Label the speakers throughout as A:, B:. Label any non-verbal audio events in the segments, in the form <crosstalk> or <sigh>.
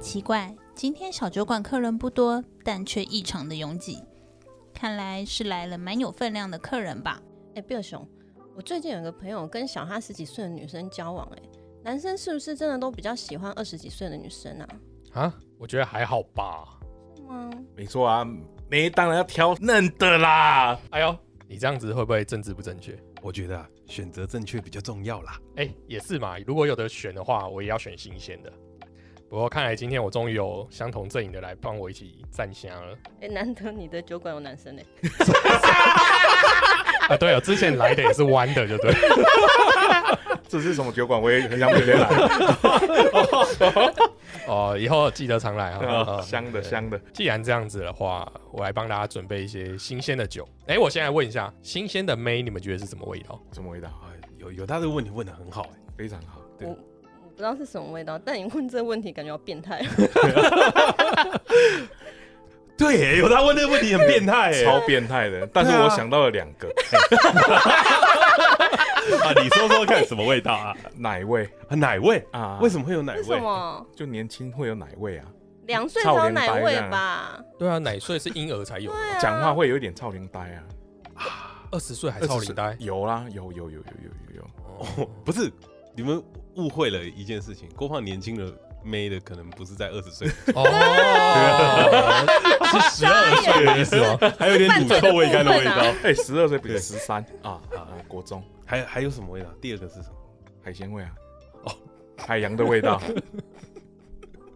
A: 奇怪，今天小酒馆客人不多，但却异常的拥挤，看来是来了蛮有分量的客人吧。
B: 哎、比尔熊，我最近有个朋友跟小他十几岁的女生交往、哎，男生是不是真的都比较喜欢二十几岁的女生啊？
C: 啊，我觉得还好吧。
B: 嗯，
D: 没错啊，妹当然要挑嫩的啦。
C: 哎呦，你这样子会不会政治不正确？
E: 我觉得、啊、选择正确比较重要啦。
C: 哎、也是嘛。如果有得选的话，我也要选新鲜的。不过看来今天我终于有相同阵营的来帮我一起站香了
B: 哎、难得你的酒馆有男生呢、
C: 啊！对哦，之前来的也是弯的，就对。
D: 这是什么酒馆？我也很想每天来。
C: 哦，以后记得常来啊。
D: 啊香的
C: 对
D: 香的，
C: 既然这样子的话，我来帮大家准备一些新鲜的酒。哎、我先来问一下，新鲜的梅你们觉得是什么味道？
D: 什么味道？
E: 啊，有有他的问题问的很好、哎，
D: 非常好。对
B: 我，我不知道是什么味道，但你问这问题感觉要变态。
E: 对、哎有他问的问题很变态、 <laughs> 哎
D: 超变态的。但是我想到了两个，嘿
E: 啊！你说说 <laughs> 看什么味道啊？
D: 奶味
E: 啊奶味
D: 啊？
E: 为
D: 么？
E: 什么会有奶
B: 为
E: 味
B: 什？么？
D: 就年轻会有奶味啊？
B: 两岁才有奶味吧？
C: 对啊，奶碎是婴儿才有的，
B: 对啊，
D: 讲话会有一点超龄呆啊？
C: 二十岁还超龄呆。
D: 有啦，有有有有有有有。
C: 哦
E: 不是，你们误会了一件事情。郭胖年轻的妹的可能不是在二十 <laughs> 岁，
C: 哦， <laughs> 是十二岁的意思哦吗？
E: 还有点乳臭未干的味
B: 犯罪的部
E: 道。
D: 哎，十二岁比十三啊啊！国中
E: 还还有什么味道？第二个是什么？
D: 海鲜味啊，
E: 哦
D: 哦，海洋的味道。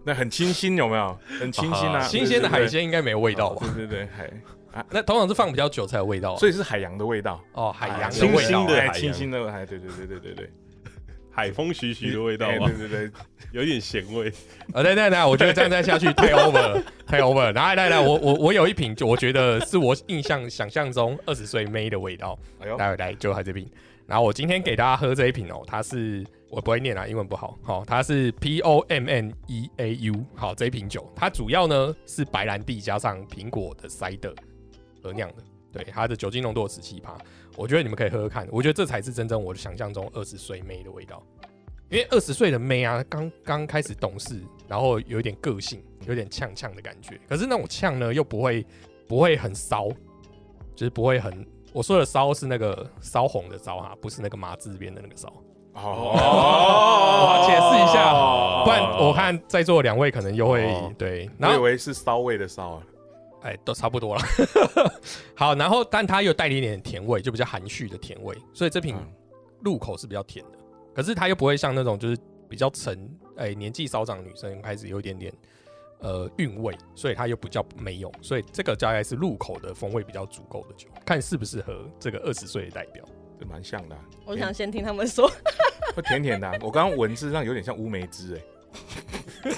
D: 那很清新，有没有？很清新啊，
E: 啊
C: 新鲜的海鲜应该没有味道吧？
D: 对对对，海，
C: 那通常是放比较久才有味道啊，
D: 所以是海洋的味道，
C: 哦，海洋的
E: 清
C: 味
E: 新
C: 道
E: 的
C: 啊。
D: 哎
E: 海
D: 清
E: 洋
D: 新的海，对对对对对对，
E: 海风徐徐的味道啊
D: 哎
E: 吗？
D: 对对对，
E: 有点咸味。
C: 啊，对对对，我觉得这样再下去太 over 了，太 over 了。来来来，我我我有一瓶，就我觉得是我印象想象中二十岁妹的味道。
D: 哎呦，
C: 待会来就喝这瓶。然后我今天给大家喝这一瓶哦，它是我不会念啊，英文不好。好、它是 P O M N E A U。好，这一瓶酒它主要呢是白兰地加上苹果的塞德而酿的。对，它的酒精浓度十七趴，我觉得你们可以喝喝看。我觉得这才是真正我想象中二十岁妹的味道。因为二十岁的妹啊，刚刚开始懂事，然后有一点个性，有点呛呛的感觉。可是那种呛呢，又不会不会很骚，就是不会很我说的烧是那个烧红的烧啊，不是那个麻字边的那个烧。
D: 哦
C: 我解释一下
D: 哦
C: 不然我看在座两位可能又会、
D: 哦
C: 对，然
D: 我以
C: 后
D: 为是骚味的骚啊，
C: 哎都差不多了。 <laughs> 好，然后但它又带了一点点甜味，就比较含蓄的甜味，所以这瓶
D: 嗯
C: 入口是比较甜的，可是它又不会像那种就是比较沉哎、年纪稍长的女生开始有一点点。呃，韵味，所以它又不叫没有，所以这个大概是入口的风味比较足够的酒，看适不适合这个二十岁的代表。
D: 这蛮像的啊，
B: 我想先听他们说。
D: 会甜甜的啊。我 <laughs> 刚刚文字上有点像乌梅汁，哎，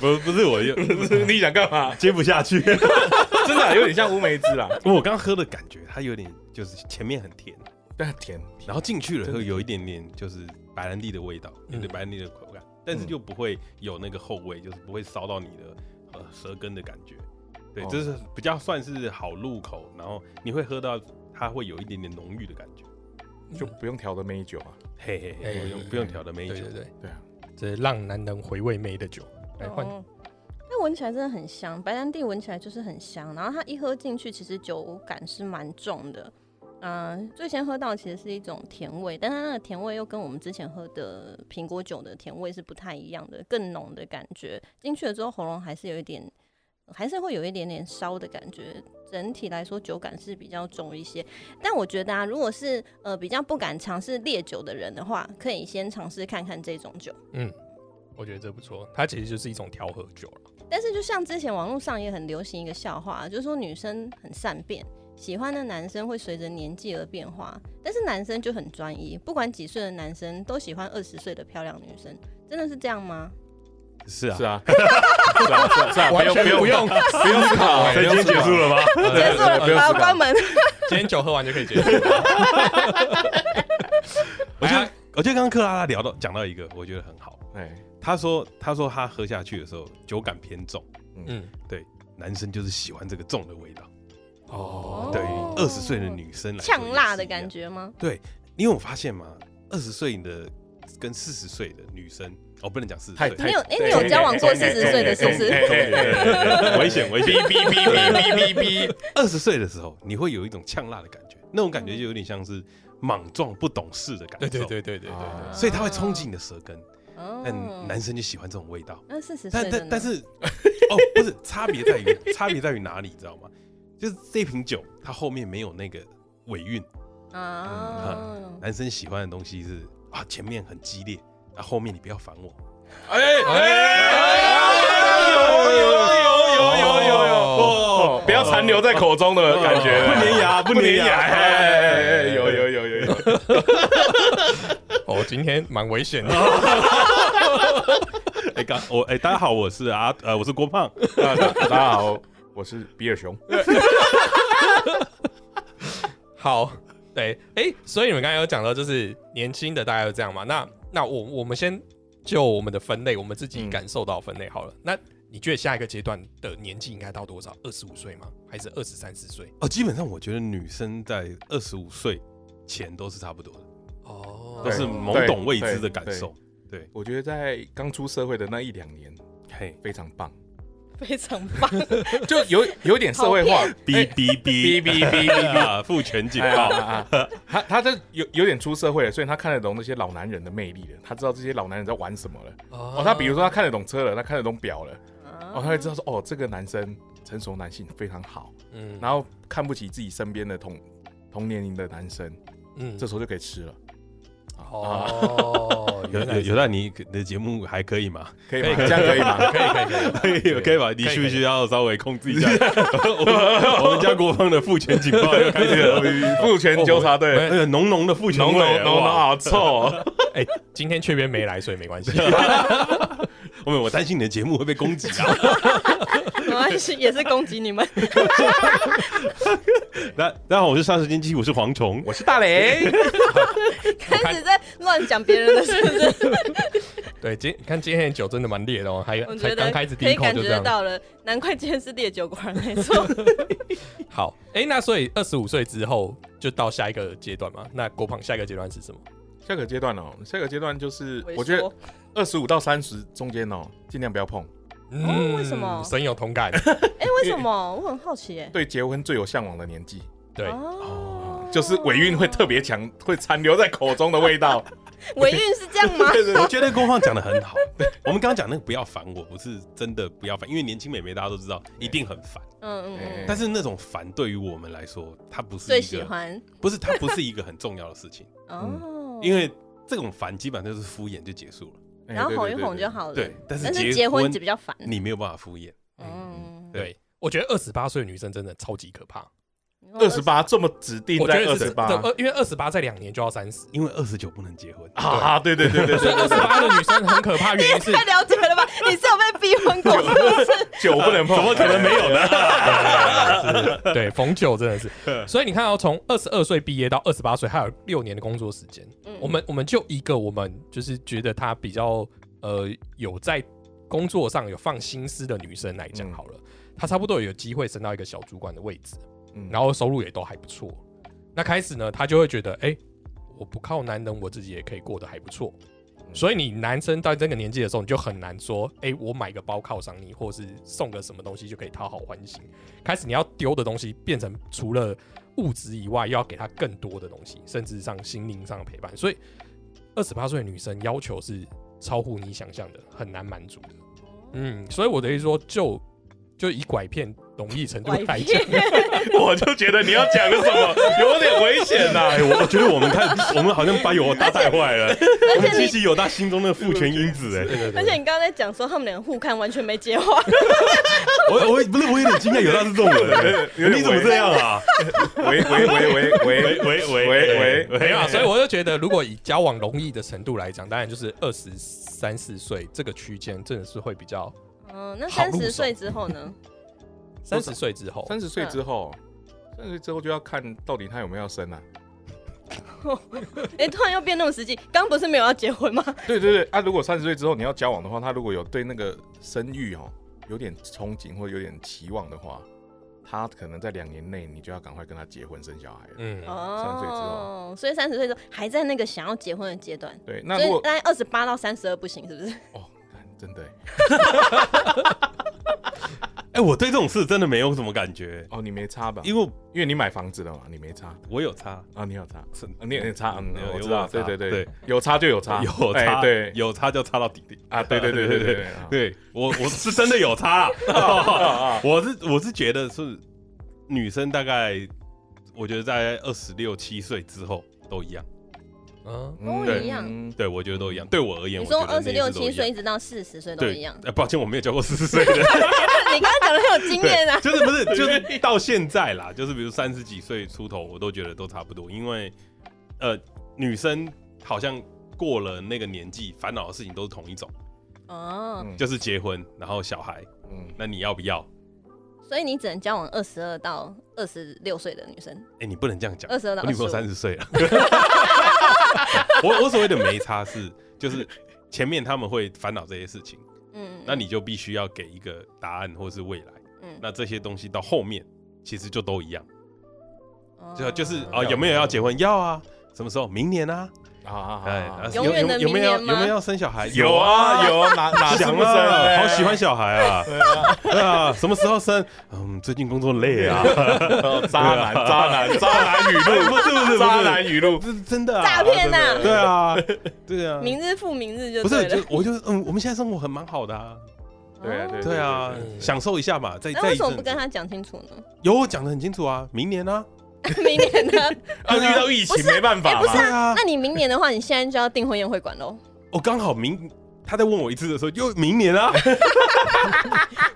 E: 不不是我又
D: 你想干嘛？
E: <laughs> 接不下去。
D: 真的啊有点像乌梅汁啦，
E: 我刚喝的感觉，它有点就是前面很甜，
D: 但甜，
E: 然后进去了
D: 真
E: 后
D: 的
E: 有一点点就是白兰地的味道，有点白兰地的口感，但是
D: 嗯
E: 就不会有那个后味，就是不会烧到你的呃舌根的感觉。对，
D: 哦
E: 这是比较算是好入口，然后你会喝到它会有一点点浓郁的感觉。
D: 就不用调的美酒啊。
E: 嘿嘿
C: 哎
E: 嘿，不用不用调的美酒
C: 对，对对
D: 对啊，
C: 这是让男人回味美的酒。来换、
B: 哦，那闻起来真的很香，白兰地闻起来就是很香，然后它一喝进去，其实酒感是蛮重的。嗯、最先喝到其实是一种甜味，但它那个甜味又跟我们之前喝的苹果酒的甜味是不太一样的，更浓的感觉。进去了之后，喉咙还是有一点，还是会有一点点烧的感觉。整体来说，酒感是比较重一些。但我觉得啊，如果是呃比较不敢尝试烈酒的人的话，可以先尝试看看这种酒。
C: 我觉得这不错，它其实就是一种调和酒了。
B: 但是就像之前网络上也很流行一个笑话，就是说女生很善变，喜欢的男生会随着年纪而变化，但是男生就很专一，不管几岁的男生都喜欢二十岁的漂亮女生，真的是这样吗？
E: 是啊
D: 是，啊，是啊，是啊是啊，不
C: 完
D: 用
C: 全不
D: 不用
C: 用不用思考，
D: 哎
C: <laughs> 哎
E: 所以今天结束了吗？
B: 结束了，
D: 不用
B: 我要
D: 思考
B: 关门。
C: 今天酒喝完就可以结束。
E: 我觉得我觉得刚刚克拉拉聊到讲到一个，我觉得很好。
D: 哎，
E: 她说她说她喝下去的时候酒感偏重，
C: 嗯，
E: 男生就是喜欢这个重的味道。
C: 哦，
E: 对于
B: 哦
E: 二十岁的女生
B: <laughs>
E: 来说
B: 呛辣的
E: 也
B: 感
E: 是一样。
B: 觉吗？
E: 因为我发现嘛，二十岁的跟四十岁的女生，哦，不能讲四十岁，
B: 你有哎、你有交往过四十岁的是不是？
E: <laughs> 危险危险。
C: 哔哔哔哔哔哔哔，
E: 二十岁的时候，你会有一种呛辣的感觉，那种感觉就有点像是莽撞不懂事的感
C: 对
E: 受。
C: 对对对对对，
D: 啊
E: 所以它会冲击你的舌根，
B: 哦
E: 但男生就喜欢这种味道。
B: 那四十岁
E: 但
B: 的呢
E: 但但是， <laughs> 哦，不是差别在于差别在于哪里，你知道吗？就是这瓶酒它后面没有那个尾韵，
B: 啊，
E: 男生喜欢的东西是啊，前面很激烈，啊，后面你不要烦我。
D: 哎哎，有有有有有有有，
E: 哦
D: 不要残留在口中的感觉，
E: 不粘牙，不
D: 不粘
E: 粘
D: 牙，哎
E: 牙。
D: 哎哎，有有有有有，
C: 哦，今天蛮危险的。
E: 哎，刚我哎，大家好，我是阿呃，我是郭胖。
D: 大大家好，我是比尔熊，
C: 好，对，哎、所以你们刚才有讲到，就是年轻的大概就这样嘛。那那我我们先就我们的分类，我们自己
D: 嗯
C: 感受到分类好了。那你觉得下一个阶段的年纪应该到多少？二十五岁吗？还是二十三四岁？
E: 哦，基本上我觉得女生在二十五岁前都是差不多的，
C: 哦
E: 都
D: 对
E: 是懵懂未知的感受。对，
D: 我觉得在刚出社会的那一两年
E: 嘿，
D: 非常棒，
B: <laughs> 非常
E: <laughs>
B: 棒，
D: 就有有点社会化，哎
E: 哔哔
D: 哔
E: 哔
D: 哔哔哔哔。
E: <laughs> 啊，父权警
D: 哎
E: 告。
D: 啊啊啊他他这有有点出社会了，所以他看得懂那些老男人的魅力了，他知道这些老男人在玩什么了。哦，
C: 哦
D: 他比如说他看得懂车了，他看得懂表了，哦，
B: 哦
D: 他会知道说哦，这个男生成熟男性非常好，
C: 嗯
D: 然后看不起自己身边的同同年龄的男生，
C: 嗯
D: 这时候就可以吃了。啊，
C: 哦，
E: 有
C: 原
E: 有
C: 来
E: 有，那你的节目还可以吗？
D: 可以吗？这样可以 <laughs> 吗？
C: 可以可以可以，
E: 可 <laughs> 以可以吧？你需不需要稍微控制一下？我们 <laughs> 我们家国方的父权警
D: <laughs>
E: 报又开始了，
D: 父权纠察队，
E: 那个浓浓的父权
D: 浓
E: 味
D: 浓浓浓
E: 哇
D: 好臭哦。
C: 哎、今天雀边没来，所以没关系。
E: 我们我担心你的节目会被攻击啊。
B: 没关系，哦 <laughs> 也是攻击你们。
E: 那大家好，我是霎时间机，我是蝗虫。
D: <laughs> 我是大雷，
B: 开始在乱讲别人的事，
C: 对，今看今天的酒真的蛮烈的哦，还
B: 我
C: 才
B: 觉
C: 刚
B: 得
C: 开始第
B: 可
C: 一
B: 以
C: 口
B: 感
C: 就
B: 觉
C: 这
B: 得
C: 样。
B: 到了，难怪今天是烈酒，果然没错。
C: 好，哎、那所以二十五岁之后就到下一个阶段嘛？那国鹏下一个阶段是什么？
D: 下个阶段哦，下个阶段就是
B: 萎缩
D: 我觉得二十五到三十中间哦，尽量不要碰。
C: 嗯，
B: 为什么
C: 深有同
D: <laughs>
C: 感。
B: 哎，为什么？我很好奇耶。
D: 对结婚最有向往的年纪，
C: 对
B: 哦
D: 就是尾韵会特别强，会残留在口中的味道。
B: <laughs> 尾韵是这样
E: <laughs>
B: 吗？
E: 我觉得郭放讲的很好。 <laughs> 我们刚刚讲那个不要烦我，不是真的不要烦，因为年轻美眉大家都知道一定很烦，
B: 嗯嗯嗯，
E: 但是那种烦对于我们来说，它不哎是
B: 最
E: 一
B: 喜
E: 个，
B: 欢
E: 不是它不是一个很重要的事情，
B: 哦，
E: 因为这种烦基本上就是敷衍就结束了。
D: 哎
B: 然后哄一
D: 对对对
B: 哄就好了。
E: 对，但是
B: 但是
E: 结
B: 结
E: 婚
B: 婚比较烦。
E: 你没有办法敷衍，
B: 嗯，
C: 对，我觉得二十八岁的女生真的超级可怕。
D: 二十八这么指定
C: 我觉
D: 在
C: 得
D: 二十八
C: 呃因为二十八在两年就要三十，
E: 因为二十九不能结婚。
D: 啊！对对对对
C: 所以二
D: 对，
C: 十八的女生很可怕，原因
D: <laughs>
C: 是
B: 太了解了吧？你是有被逼婚过是不是？
D: 酒不能碰， <laughs> 怎么可能没有呢？
C: 对逢九真的是。所以你看哦，从二十二岁毕业到二十八岁，还有六年的工作时间。
B: 嗯
C: 我们我们就一个，我们就是觉得她比较呃有在工作上有放心思的女生来讲
D: 嗯
C: 好了，她差不多有机会升到一个小主管的位置。
D: 嗯
C: 然后收入也都还不错。那开始呢，他就会觉得，哎、我不靠男人，我自己也可以过得还不错。所以你男生到这个年纪的时候，你就很难说，哎、我买个包犒赏你，或是送个什么东西就可以讨好欢心。开始你要丢的东西变成除了物质以外，又要给他更多的东西，甚至上心灵上的陪伴。所以二十八岁的女生要求是超乎你想象的，很难满足的。嗯，所以我的意思说，就就以拐骗容易程度
B: 拐
C: 来
B: 骗
C: 讲，
D: 我就觉得你要讲个什么有点危险呐、
E: 哎，我我觉得我们太，我们好像把友
B: <laughs>
E: 大带坏了。我们
B: 你
E: 激起友大心中的父权因
D: <laughs>
E: 子，哎，
B: <laughs> 而且你刚刚在讲说他们两个互看完全没接话，
E: 我我不是我有点惊讶，友大是这种人，
D: 有点
E: 哎你怎么这样啊？
D: <laughs> 喂喂喂喂喂哎
E: 喂喂
D: 喂
C: <laughs>
D: 喂
C: 没有啊，
D: <laughs>
C: 所以我就觉得，如果以交往容易的程度来讲，当然就是二十三四岁这个区间，真的是会比较
B: 嗯，那
C: 好入
B: 三
C: 手
B: 十岁之后呢？
C: 三十岁之后，
D: 三十岁之后，三十岁之后就要看到底他有没有要生啊。
B: 哎、突然又变那么实际，刚不是没有要结婚吗？
D: 对对对，啊，如果三十岁之后你要交往的话，他如果有对那个生育哦有点憧憬或者有点期望的话，他可能在两年内你就要赶快跟他结婚生小孩了。
C: 嗯，
D: 30岁之
B: 哦
D: 后，
B: 所以三十岁之后还在那个想要结婚的阶段，
D: 对，那
B: 所
D: 如
B: 以
D: 果
B: 大概二十八到三十二不行，是
E: <laughs>
B: 不是？
D: 哦，干真的欸
E: 哎，我对这种事真的没有什么感觉，
D: 哦，你没差吧？因
E: 因为
D: 因为你买房子了嘛，你没差
E: 我有差，
D: 啊，你有差，
E: 是
D: 啊你有差，嗯
E: 有，有
D: 我知道，
E: 有差
D: 对对对
E: 对，
D: 有差就有差，
E: <laughs> 有
D: 哎
E: 差，
D: 对
E: 有差就差到底底。
D: 啊，对对对对对对啊
E: 对我
D: <laughs>
E: 我是真的有差啦，我是我是觉得是女生大概，我觉得在二十六七岁之后都一样，
C: 嗯， <laughs>
D: 嗯
B: 都
D: 对
B: 一样
D: 嗯
E: 对我觉得都一样，对我而言，
B: 你
E: 我
B: 说
E: 觉
B: 二
E: 得
B: 十
E: 那
B: 六
E: 些都
B: 七
E: 一
B: 岁一
E: 样。
B: 直到四十岁都一
E: <laughs> 对
B: 样，。
E: 呃抱歉，我没有教过四十岁的，
B: 你刚刚讲的很有经验啊
E: <laughs> 对，。就是不是就是到现在啦，就是比如三十几岁出头，我都觉得都差不多，因为呃，女生好像过了那个年纪，烦恼的事情都是同一种，
B: 哦，
D: 嗯
E: 就是结婚，然后小孩，
D: 嗯，
E: 那你要不要？嗯
B: 所以你只能交往二十二到二十六岁的女生，
E: 哎、你不能这样讲。
B: 22到
E: 我女朋
B: 25
E: 友三十岁了。 <laughs> 我我所谓的没差是，就是前面他们会烦恼这些事情，
B: 嗯，
E: 那你就必须要给一个答案或是未来。
B: 嗯
E: 那这些东西到后面其实就都一样，
B: 哦
E: 就就是
D: 哦
E: 啊，有没有要结婚？要啊。什么时候？明年啊？
D: 好好好
E: 哎，
D: 好
E: 啊
D: 好，
B: 永远
E: 有
B: 的
E: 有没有
B: 明年吗
E: 有没有要生小孩？
D: 有啊，有啊，哪哪
E: 想
D: 是不是
E: 啊，
D: 哎
E: 好喜欢小孩啊！
D: 对啊
E: 对啊，什么时候生？嗯，最近工作累啊。
D: 哦渣男渣男渣男语录，
E: 不是不是不是
D: 渣男语录，
E: 这是真的啊
B: 诈骗呐
E: 真的对啊，对啊，
B: 明日复明日就
E: 不
B: 对
E: 是，
B: 了
E: 就我就是嗯，我们现在生活很蛮好的啊，
D: 对啊
B: 哦
D: 对
E: 对啊
D: 对，
C: 对
E: 享受一下嘛，再
B: 那
E: 再
B: 为
E: 一
B: 什么不
E: 阵
B: 跟
E: 子，
B: 他讲清楚呢？ <laughs>
E: 有我讲的很清楚啊，明年啊，
B: 明年呢？
E: <laughs>
D: 啊，遇到疫情没办法
B: 不是
D: 嘛，
E: 对啊
B: 啊，那你明年的话，你现在就要订婚宴会馆喽，
E: 哦，刚好明他在问我一次的时候，又明年啊，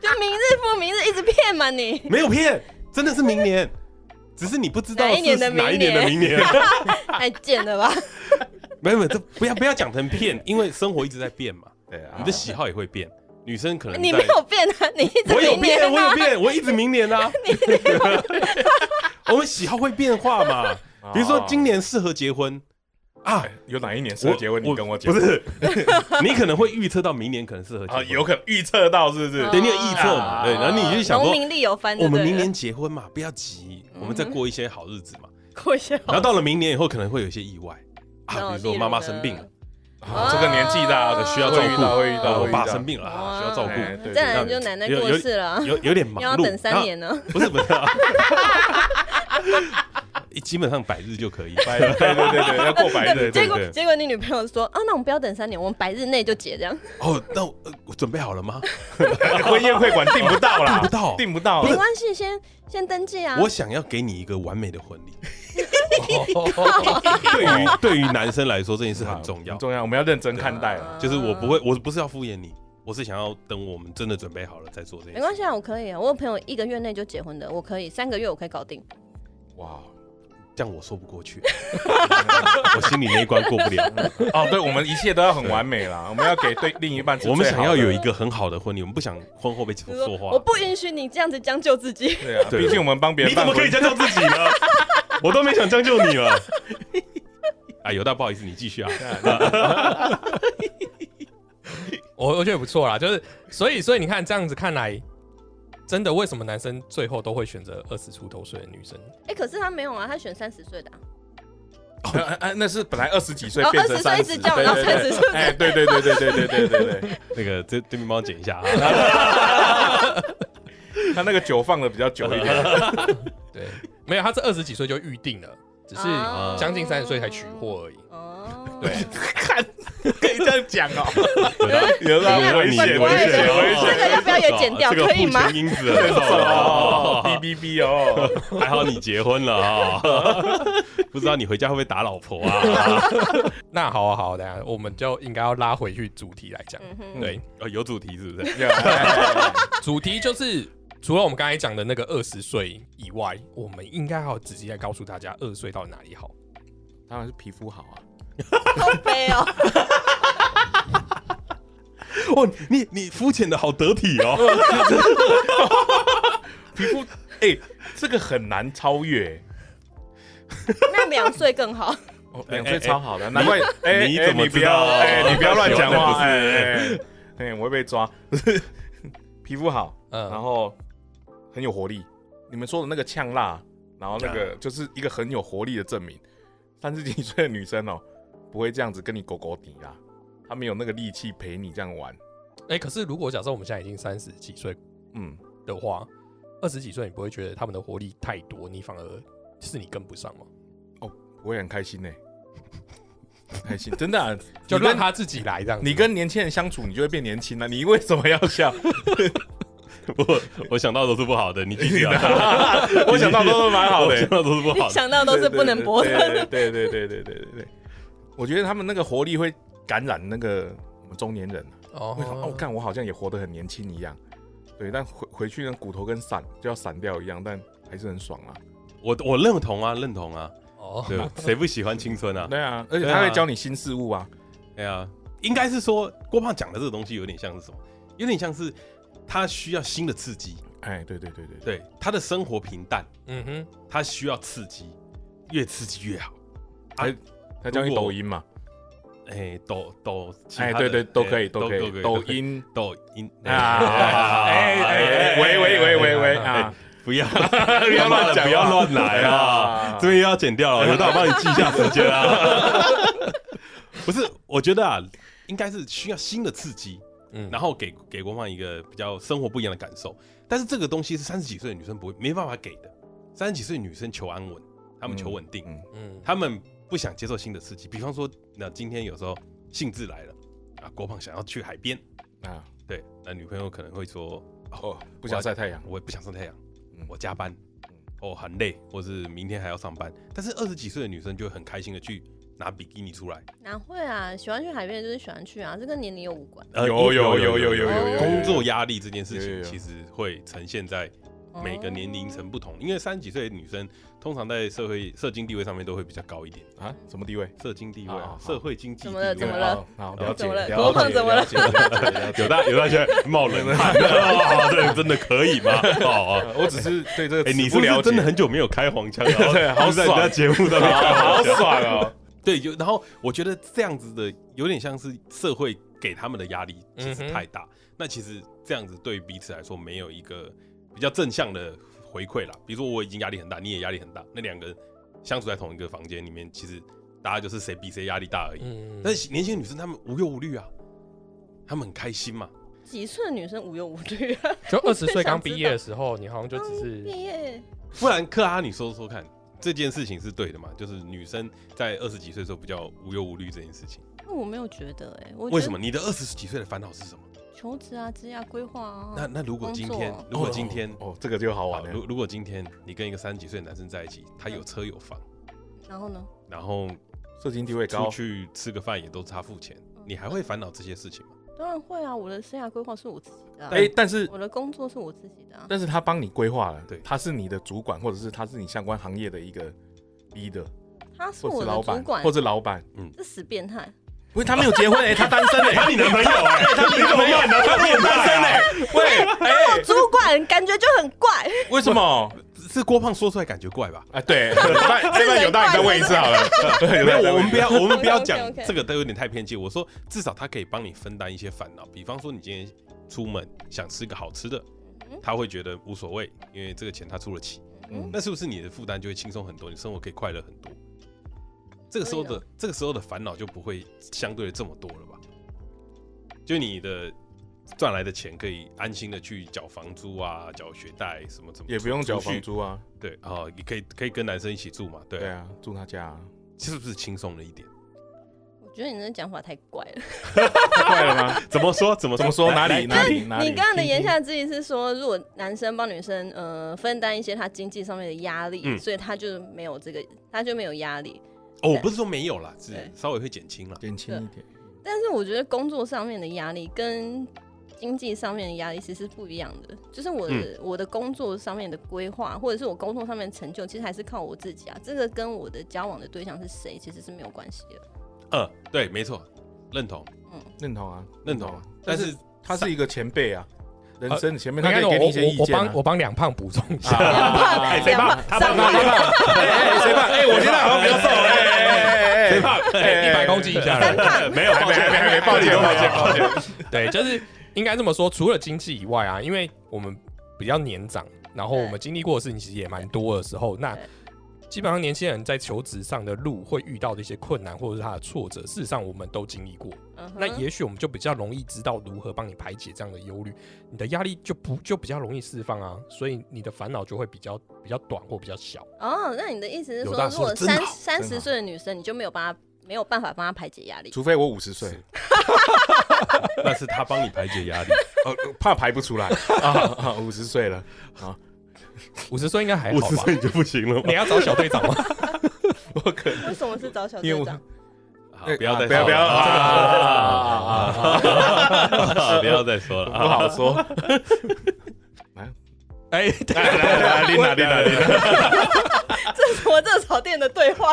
B: 就明日复明日，一直骗嘛你。
E: <laughs> 没有骗，真的是明年，只是你不知道
B: 哪一年
E: 是
B: 的明年
E: 哪一年的明年， <laughs>
B: 太贱了吧！
E: 没有没有，这不要不要讲成骗，因为生活一直在变嘛，
D: 对啊
E: 你的喜好也会变，女生可能
B: 你
E: 在
B: 没有变啊，你一直
E: 我有
B: 明年啊
E: 变，我有变，我一直明年
B: <laughs>
E: 啊。我们喜好会变
D: <laughs>
E: 化嘛，比如说今年适合结婚啊，
D: 有哪一年适合结婚，你跟我讲
E: 不是， <laughs> 你可能会预测到明年可能适合结
D: 啊，
E: 婚，
D: 有可能预测到是不是？
E: 对你有预测嘛，
D: 啊
E: 对，然后你就想
B: 农
E: 说，
B: 民历有翻就
E: 我
B: 对了，
E: 们明年结婚嘛，不要急，我们再过一些好日子嘛。
B: <laughs> 过一些好
E: 然后到了明年以后，可能会有一些意外啊，比如说妈妈生病了，
D: 啊这个年纪大的
E: 需要照
D: 会遇到会遇
E: 啊，
D: 到，
E: 我
D: 会遇
E: 爸
D: 到
E: 生病了啊，需要照
D: 哎
E: 顾，
D: 对
B: 再来
E: 对
B: 你就奶奶
E: 有
B: 过
E: 有
B: 世了啊，
E: 有
B: <laughs>
E: 有点忙
B: 要
E: 碌，
B: 等三年
E: <laughs>
B: 呢。
E: 不是不是、啊，基本上百日就可以。
D: 百对对对对，要过百日，
B: 结
D: 对
B: 果
E: 对
B: 结果你女朋友说啊，那我们不要等三年，我们百日内就结这样，
E: 哦，那我、呃、我准备好了吗？
D: 对婚宴会馆订不到啦，
E: 订不到
D: 啊订不到
B: 没，关系，先先登记啊。
E: 我想要给你一个完美的婚礼。
C: 哦
E: 对于对于男生来说，这件事很重要
D: 很。重要，我们要认真看待啊。
E: 就是我不会，我不是要敷衍你，我是想要等我们真的准备好了再做这件
B: 没
E: 事。
B: 关系啊，我可以啊，我有朋友一个月内就结婚的，我可以三个月我可以搞定。
D: 哇，
E: 这样我说不
B: <laughs>
E: 过去，我心里那一关过不了。
D: <laughs> 哦，对，我们一切都要很完美
E: <laughs>
D: 啦，我们要给对另一半是最
E: 我
D: 好的，
E: 们想要有一个很好的婚礼，我们不想婚后被
B: 就
E: 说
B: 是说
E: 话。
B: 我不允许你这样子将就自己。 <laughs>
D: 对啊，
E: 对
D: 毕竟我们帮别人
E: <laughs> 你怎
D: 办
E: 么
D: 婚
E: 可以
D: 礼，
E: 将就自己呢？ <laughs> 我都没想将就你了。 <laughs> 啊，犹大，不好意思，你继续啊。 <laughs>
C: 我我觉得不错啦，就是所以所以你看这样子看来，真的为什么男生最后都会选择二十出头岁的女生？
B: 哎、可是他没有啊，他选三十岁的、啊。
D: 啊啊那是本来二十几岁
B: 哦
D: 变成
B: 20
D: 三
B: 岁一直
D: 十，
B: 叫然后
D: 对对对
B: 30岁
D: 哎，对对对对对对对对对，
E: 那个这对面帮我剪一下啊。 <laughs>
D: 他那个酒放的比较久一
E: <laughs>
D: 点，
C: 对，没有，他是二十几岁就预定了，只是
B: 哦
C: 将近三十岁才娶。获而已。
B: 哦， <laughs>
C: 对，
D: 看，可以这样讲
E: <laughs>
D: 哦，
E: 有
D: 有啊危险危险危险
B: 这个要不要也剪掉可以吗
E: 因子
B: <laughs>
E: 很重 <laughs>
D: 哦
E: 哦，
D: ，B B B 哦，
E: <laughs> 还好你结婚了啊， <laughs> 不知道你回家会不会打老婆啊？ <laughs>
C: 那好啊好啊，等一下我们就应该要拉回去主题来讲。
B: 嗯哼，
C: 对，
E: 哦，有主题是不是？
D: 哎
C: 主题就是除了我们刚才讲的那个二十岁以外，我们应该还要仔细来告诉大家二十岁到底哪里好。
D: 当然是皮肤好啊，
B: 好悲哦，
E: <laughs> 哦，你你肤浅的好得体哦，
D: 皮肤，哎，这个很难超越，
B: 那两岁更好。
D: 哦两岁超好的，难怪，哎，
E: 你
D: 哎
E: 怎么
D: 不
E: 知道
D: 要，哎，你不要乱讲话，
E: 喜欢
D: 哎
E: 的不是
D: 哎，哎哎我会被抓， <laughs> 皮肤好，然
C: 嗯，
D: 后很有活力。你们说的那个呛辣，然后那个就是一个很有活力的证明。三十几岁的女生哦，不会这样子跟你狗狗抵啦，她没有那个力气陪你这样玩。
C: 哎，可是如果假设我们现在已经三十几岁
D: 嗯，
C: 的话，二十几岁你不会觉得他们的活力太多，你反而是你跟不上吗？
D: 我会很开心呢、很开心，真的啊、
C: 就
D: 你跟
C: 让他自己来这样子。
D: 你跟年轻人相处，你就会变年轻了、你为什么要 <laughs> 笑？
E: <laughs> 我我想到都是不好的，你继续啊，
D: 我想到都是蛮好
E: 我
D: 的、欸
E: 想到都是不 <laughs> 好
B: 你
E: 的。
B: 想到都是不能播的。
D: 对。对对对对对对对对，我觉得他们那个活力会感染那个我们中年人。会想，哦
C: 哦，，
D: 干，我好像也活得很年轻一样。对，但回回去呢，骨头跟散就要散掉一样，但还是很爽啊。
E: 我我认同啊，认同啊，
C: 哦，
E: 对，谁不喜欢青春啊？
D: 对啊，而且
E: 对
D: 他
E: 啊
D: 会教你新事物啊。
E: 对啊，应该是说郭胖讲的这个东西有点像是什么？有点像是他需要新的刺激，
D: 哎，对对对对对，
E: 对他的生活平淡，
C: 嗯哼，
E: 他需要刺激，越刺激越好。
D: 他教你
E: 如果
D: 抖音嘛。
E: 哎，抖抖，其他
D: 哎，
E: 的
D: 对对，都可以，
E: 哎
D: 都可以，抖音
E: 抖音
D: 啊。哎哎，哎喂喂喂喂喂
E: 哎
D: 啊！
E: 不要
D: <laughs> 不
E: 不
D: 要乱讲话，哎
E: 不要乱来啊！这边又要剪掉了，有道我帮你记一下时间啊。
D: <laughs>
E: 不是，我觉得啊，应该是需要新的刺激，
C: 嗯，
E: 然
C: 后
E: 后给给国放一个比较生活不一样的感受。但是这个东西是三十几岁的女生不会没办法给的，三十几岁的女生求安稳，她们求稳定，
D: 嗯
C: 嗯，
E: 她们不想接受新的刺激。比方说，那今天有时候兴致来了啊，国胖想要去海边，
D: 啊，
E: 对，那女朋友可能会说
D: 哦，不想晒太阳，
E: 我也不想晒太阳
D: 嗯，
E: 我加班，哦很累，或是明天还要上班。但是二十几岁的女生就会很开心的去拿比基尼出来，
B: 哪会啊？喜欢去海边就是喜欢去啊，这跟年龄有无关。
E: 呃
D: 有有有有有
B: 有有
E: 工作压力这件事
D: 有有
E: 情
D: 有
E: 其实会呈现在 <laughs> 每个年龄
B: 哦
E: 层不同，因为三十几岁的女生通常在社会社经地位上面都会比较高一点，
D: 啊，什么地位？
E: 社经地位
D: 好
E: 啊
D: 好，
E: 社会经济地
B: 怎么了
E: 位啊
B: 怎么了
D: 哦？好，了解，
B: 怎么了
D: 解
B: 国防怎么了
D: 解解了解
E: <laughs> 有大有大现在冒冷汗， <laughs> 哦这真的可以吗？哦哦，
D: 呃我只是对这个
E: <laughs> 哎，
D: 词
E: 你是
D: 不
E: 不
D: 了解，
E: 是真的很久没有开黄腔
D: <laughs>
E: 了？
D: 对好
E: 就是在人家
D: 爽
E: 节目上面开
D: 好
E: 黄
D: 好
E: 腔，
D: 爽哦。
E: <laughs> 对，就然后我觉得这样子的有点像是社会给他们的压力其
C: 嗯
E: 实
C: 哼
E: 太大，那其实这样子对彼此来说没有一个比较正向的回馈啦。比如说我已经压力很大，你也压力很大，那两个人相处在同一个房间里面，其实大家就是谁比谁压力大而已。
C: 嗯，
E: 但是年轻的女生她们无忧无虑啊，她们很开心嘛。
B: 几岁的女生无忧无虑啊？
C: 就二十岁刚毕业的时候，你好像就只
D: 哦
C: 是
B: 毕业
E: 不然克拉，你说说看，这件事情是对的嘛？就是女生在二十几岁的时候比较无忧无虑这件事情，
B: 那我没有觉得哎、我觉得
E: 为什么？你的二十几岁的烦恼是什么？
B: 求职啊、职业规划啊？
E: 那那如果今
B: 工
E: 天
B: 作，
E: 如果今天
D: 哦，这个就好玩
E: 好，
D: 了。
E: 如如果今天你跟一个三十几岁的男生在一起，他有车有房，
B: 然后呢？
E: 然后
D: 社经地位
E: 出
D: 高，
E: 去吃个饭也都他付钱，
B: 嗯
E: 你还会烦恼这些事情吗？
B: 当然会啊，我的生涯规划是我自己的、啊，
D: 哎、但是
B: 我的工作是我自己的、啊。
D: 但是他帮你规划了，
E: 对
D: 他是你的主管，或者是他是你相关行业的一个 leader，
B: 他是
D: 或者
B: 我的
D: 是老
B: 主
D: 板，
B: 管，
D: 或者老板。
B: 这死变态，
D: 不是他没有结婚哎、他 <laughs> 单身哎、
E: <laughs> 你男朋友哎，
D: 他没有
E: 你男朋友
D: 单身哎、喂哎、
B: 我主管感觉就很怪，
D: 为什么？
E: 是郭胖说出来感觉怪吧？
D: 啊，对，这段有待你再问一次好了。
E: <laughs> 没有，我们不要，我们不要
B: <laughs> OK，OK，OK
E: 讲这个，都有点太偏激。我说，至少他可以帮你分担一些烦恼，比方说你今天出门想吃个好吃的，
B: 嗯
E: 他会觉得无所谓，因为这个钱他出得起。
D: 嗯
E: 那是不是你的负担就会轻松很多，你生活可以快乐很多？这个时候
B: 所以
E: 的
B: 呢
E: 这个时候的烦恼就不会相对的这么多了吧？就你的赚来的钱可以安心的去缴房租啊，缴学贷什么什么，
D: 也不用缴
E: 储蓄
D: 房，租啊，
E: 对哦，你可以可以跟男生一起住嘛，对，
D: 对啊，住他家、啊。
E: 是不是轻松了一点？
B: 我觉得你的讲法太怪了。
D: 太怪了 <laughs> 吗？
E: 怎么说？怎么
D: 怎么说？哪
E: 来来
D: 里哪里哪里？
B: 你刚刚的言
D: 听
B: 下之意是说，如果男生帮女生呃分担一些他经济上面的压力，
E: 嗯
B: 所以他就没有这个，他就没有压力。
E: 哦，我不是说没有啦，是
B: 对
E: 稍微会减轻啦。
D: 听减轻一点。
B: 但是我觉得工作上面的压力跟经济上面的压力其实是不一样的。就是我的、
E: 嗯
B: 我的工作上面的规划，或者是我工作上面的成就，其实还是靠我自己啊。这个跟我的交往的对象是谁，其实是没有关系的。
E: <laughs> 嗯，对，没错，认同，
D: 认同啊，
E: 认同
D: 啊。。
E: 但是
D: 他是一个前辈啊，人生的前辈，
C: 你
D: 他可
C: 看
D: 以
C: 我
D: 给你一些
C: 我
D: 意
C: 我
D: 见
C: 帮
D: 啊。
C: 我帮两胖补充一下，
D: 啊
E: 谁胖？哎他胖，他胖，
D: 哎，谁胖？哎，我现在好像比较瘦，哎，
E: 谁胖？
D: 哎
C: 一百公斤以下了。
E: <laughs> 没有，
D: 还没还没还没， <laughs> 抱歉抱歉抱歉。
C: <laughs> 对，就是应该这么说。除了经济以外啊，因为我们比较年长，然后
B: 对
C: 我们经历过的事情其实也蛮多的时候，那
B: 对
C: 基本上年轻人在求职上的路会遇到的一些困难或者是他的挫折，事实上我们都经历过。
B: 嗯哼
C: 那也许我们就比较容易知道如何帮你排解这样的忧虑，你的压力就不就比较容易释放啊，所以你的烦恼就会比较比较短或比较小。
B: 哦，那你的意思是
E: 有
B: 说，
E: 大
B: 如
E: 说
B: 果
E: 得真
B: 三
E: 好
B: 三
D: 真
B: 十
D: 好
B: 岁的女生，你就没有帮她没有办法帮她排解压力？
D: 除非我五十岁，
E: 那是他帮你排解压力。
D: 呃，怕排不出来啊，五十岁了，
C: 五十岁应该还
E: 五
C: 好
E: 十
C: 吧？
E: 岁你就不行了
C: 你
E: 吗？
C: 要找小队长吗？
D: 我可
B: 为什么是找小
D: 因为
B: 队
D: 我
B: 长？
E: 好不要再
D: 不要不
C: <laughs>
D: 要
E: 说了
D: 啊，
E: 不要再说了
D: 不
E: 啊！
D: 好说。
C: 哎，
D: 来来来，琳娜琳娜琳娜，
B: <laughs> 这是我这草店的对话。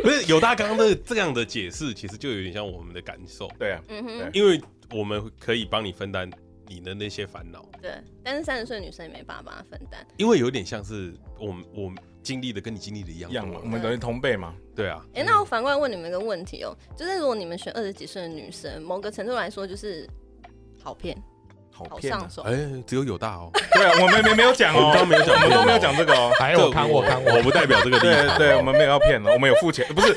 E: 不是有大刚的这样的解释，其实就有点像我们的感受，
D: 对啊，
B: <laughs> 嗯
D: 对
B: 哼，
E: 因为我们可以帮你分担你的那些烦恼，
B: 对。但是三十岁的女生也没办法帮她分担。
E: 因为有点像是我们我们经历的跟你经历的一样
D: 一样嘛
E: 多，
D: 我
E: 了
D: 们等于同辈嘛，
E: 对啊，
D: 嗯
B: 哎、那我反过来问你们一个问题哦，就是如果你们选二十几岁的女生，某个程度来说就是好骗、
D: 好
B: 好
D: 骗啊
B: 上。手。
E: 哎，只有有大哦，
D: 对啊，我们没没有讲
E: 我
D: 哦
E: 们，刚没有讲
D: 我们都没有讲这个哦。
C: 还有我看我看我
E: 我不代表这个立
D: 对
E: 场，
D: 对，我们没有要骗了，我们有付钱，不是？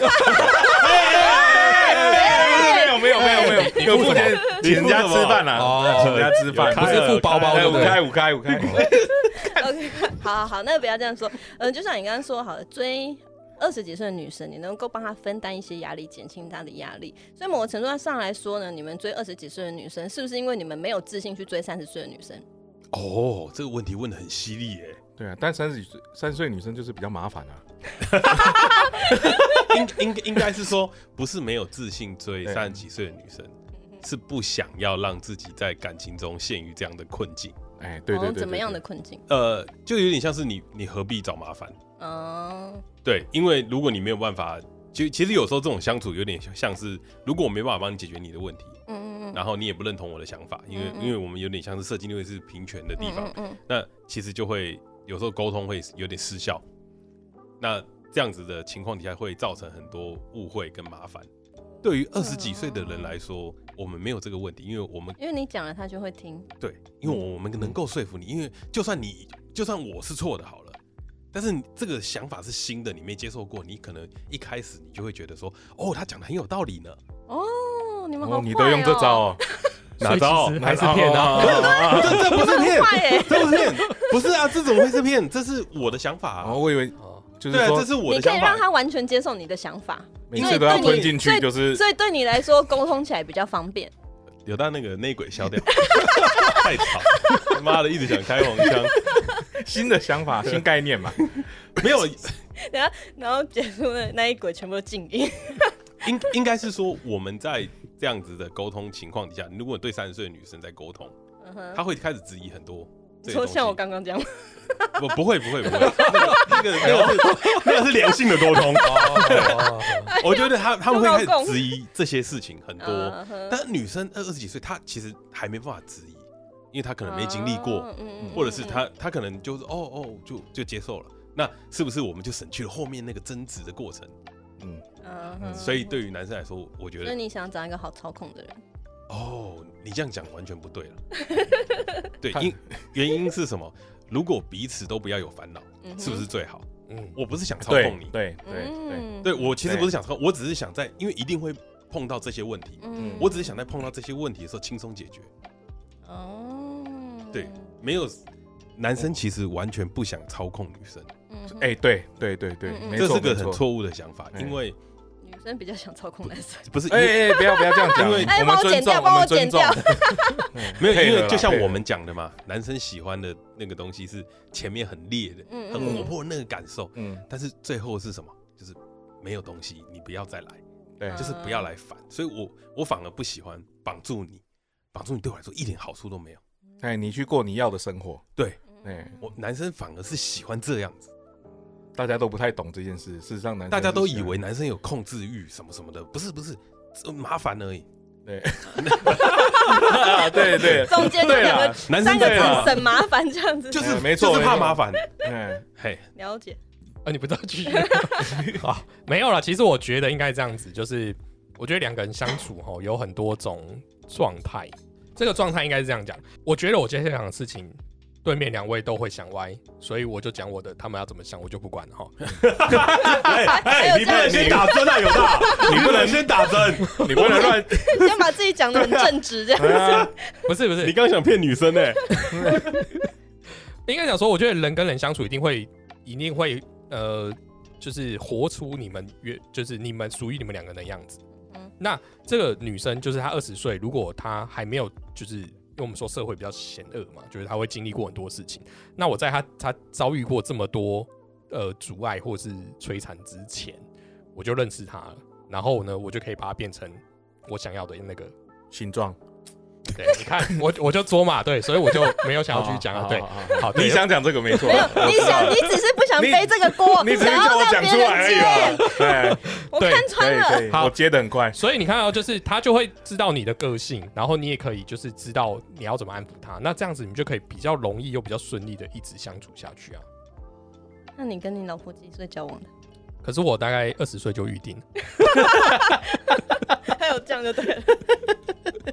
D: 没有没有没有没有没有付钱，请人家吃饭啦，请人家吃饭，
C: 不是付包包
D: 哎
C: 对
D: 五
C: 不对？
D: 开五开五
B: <laughs>
D: 开，
B: OK，好好好，那个不要这样说。嗯，就像你刚刚说好了，追二十几岁的女生，你能够帮她分担一些压力，减轻她的压力。所以某个程度上来说呢，你们追二十几岁的女生，是不是因为你们没有自信去追三十岁的女生？
E: 哦，这个问题问的很犀利耶，
D: 对啊，但三十岁三十岁女生就是比较麻烦啊，
E: 应应应该是说不是没有自信追
D: 对
E: 三十几岁的女生，是不想要让自己在感情中陷于这样的困境。
D: 哎，对
B: 哦
D: 对对，
B: 怎么样的？困境？
E: 呃，就有点像是你你何必找麻烦？
B: 嗯，
E: 对，因为如果你没有办法，其其实有时候这种相处有点像是，如果我没办法帮你解决你的问题，
B: 嗯嗯嗯
E: 然后你也不认同我的想法，因为
B: 嗯嗯
E: 因为我们有点像是设计，因为是平权的地方
B: 嗯，嗯
E: 那其实就会有时候沟通会有点失效。那这样子的情况底下，会造成很多误会跟麻烦。对于二十几岁的人来说，我们没有这个问题，因为我们
B: 因为你讲了，她就会听。
E: 对，因为我们能够说服你，因为就算你就算我是错的，好了，但是你这个想法是新的，你没接受过，你可能一开始你就会觉得说，哦，他讲的很有道理呢。
B: 哦，你们好、
D: 哦
B: 坏，
D: 你都用这招
B: 哦，
D: 哦，
C: <laughs> 所以其实还是骗啊！ <laughs>
E: 这这不是
B: 很，
E: 骗
B: 坏耶、
E: 这不 <laughs> 是骗，不是啊，这怎么会是骗？这是我的想法、啊
D: 哦，，我以为
C: 哦
D: 就是
E: 对啊，
D: 说
E: 这是我
B: 你
E: 的
B: 可
E: 想
B: 以
E: 法
B: 让。她完全接受你的想法，
D: 每次都要吞进去，就是
B: 所以对你来说沟通起来比较方便。 <laughs>
E: 有到那个内鬼消掉， <laughs> 太吵，妈的，一直想开黄腔，
D: 新的想法、新概念嘛。
E: 没有，
B: 然后结束的那一轨全部都静音。
E: 应应该是说我们在这样子的沟通情况底下，如果你对三十岁的女生在沟通，
B: 嗯哼
E: 她会开始质疑很多
B: 你
E: 这些
B: 说
E: 东西。
B: 像我刚刚这样吗，
E: 不不会不会不会，那个那个那个是那个是良性的沟通，
C: 哦
E: 我觉得他他们会
B: 有没
E: 开
B: 有共
E: 始质疑这些事情很多，
B: 嗯哼
E: 但女生二二十几岁，她其实还没办法质疑，因为她可能没经历过，
B: 哦嗯嗯
E: 或者是他他可能就是哦哦就就接受了，那是不是我们就省去了后面那个争执的过程？
D: 嗯，
B: 嗯哼
E: 所以对于男生来说，我觉
B: 所以
E: 得
B: 你想找一个好操控的人，
E: 哦，你这样讲完全不对了。
B: <laughs>
E: 对，
D: 看
E: 因原因是什么？如果彼此都不要有烦恼，
B: 嗯哼
E: 是不是最好？
C: 嗯，
E: 我不是想操
D: 对
E: 控你，
D: 对对对，
B: 嗯
E: 对我其实不是想操控，我只是想在，因为一定会碰到这些问题，
B: 嗯
E: 我只是想在碰到这些问题的时候轻松解决。
B: 哦，
E: 对，没有男生其实完全不想操控女生，
B: 嗯哼，
D: 哎，对对对对，没
E: 这
D: 错
E: 是个
D: 没
E: 很
D: 错。
E: 错误的想法，
D: 哎
E: 因为
B: 女生生比较想操控男生。
E: 不是因
D: 哎
E: 为
D: 哎，哎不要不要这样讲，
E: 因为
D: 我们尊重，我们尊重。 <laughs>
E: 嗯没有，因
D: 配合
E: 为
D: 啦
E: 就像
D: 配合
E: 我们讲的嘛，男生喜欢的那个东西是前面很烈的、
B: 嗯
E: 很活泼的那个感受，
D: 嗯，
E: 但是最后是什么？就是没有东西，你不要再来，
B: 嗯
D: 对，
E: 就是不要来烦。所以我我反而不喜欢绑住你，绑住你对我来说一点好处都没有。
D: 哎，你去过你要的生活，
E: 对
D: 哎，
E: 我男生反而是喜欢这样子，
D: 大家都不太懂这件事。事实啊上，男生
E: 大家都
D: 是
E: 以为男生有控制欲什么什么的，不是不是，这麻烦而已。
D: 对，啊对对，
B: <laughs> 中间就
E: 啊
D: 对
B: 两
D: 啦
B: 个，
E: 男
B: 三
E: 生
B: 个
E: 对
D: 啊
E: 啊，
B: 字省麻烦这样子，
E: 就是
D: 哎没错
E: 就是
D: 没
E: 怕
D: 错
E: 麻烦。
D: 嗯，
E: 嘿，
B: 了解。 <laughs>
C: 啊，你不知道继续 <laughs> 啊？没有啦，其实我觉得应该这样子，就是我觉得两个人相处吼有很多种状态，这个状态应该是这样讲。我觉得我今天想的事情，对面两位都会想歪，所以我就讲我的，他们要怎么想我就不管 <laughs> 哈。
E: 哎
B: <laughs> 还有
E: 哎，你不能
B: 这样
E: 先打针啊，有大，
B: <laughs>
E: 你不能先打针，
D: 你不能乱，
B: 先把自己讲的很正直，这样。
D: 啊
C: 不是不是
E: <laughs> 你，刚刚想骗女生欸呢？
C: 应该讲说，我觉得人跟人相处一定会，一定会，呃，就是活出你们约，就是你们属于你们两个人的样子。
B: 嗯
C: 那这个女生就是她二十岁，如果她还没有，就是因为我们说社会比较险恶嘛，就是她会经历过很多事情。那我在她她遭遇过这么多呃阻碍或是摧残之前，我就认识她了，然后呢，我就可以把她变成我想要的那个
D: 形状，
C: 对，你看，我我就作嘛，对，所以我就没有想要继
D: 啊
C: 续讲
E: 啊
C: 了。对，好，对
D: 你想讲这个没错
B: 没，有， <laughs> 你想，你只是不想背这个锅，
D: 啊你只是
B: 想
D: 叫
B: 要
D: 我
B: 让
D: 讲
B: 别
D: 出来而已
B: 人接。
D: 吧？对，
B: 我
C: 对
B: 看
D: 可
B: 穿
D: 以
B: 了，
D: 可以，
C: 好
D: 我接的很快。
C: 所以你看到，就是他就会知道你的个性，然后你也可以就是知道你要怎么安抚他。那这样子，你就可以比较容易又比较顺利的一直相处下去啊。
B: 那你跟你老婆几岁交往的？
C: 可是我大概二十岁就预定，
B: <laughs> 还有这样就对了。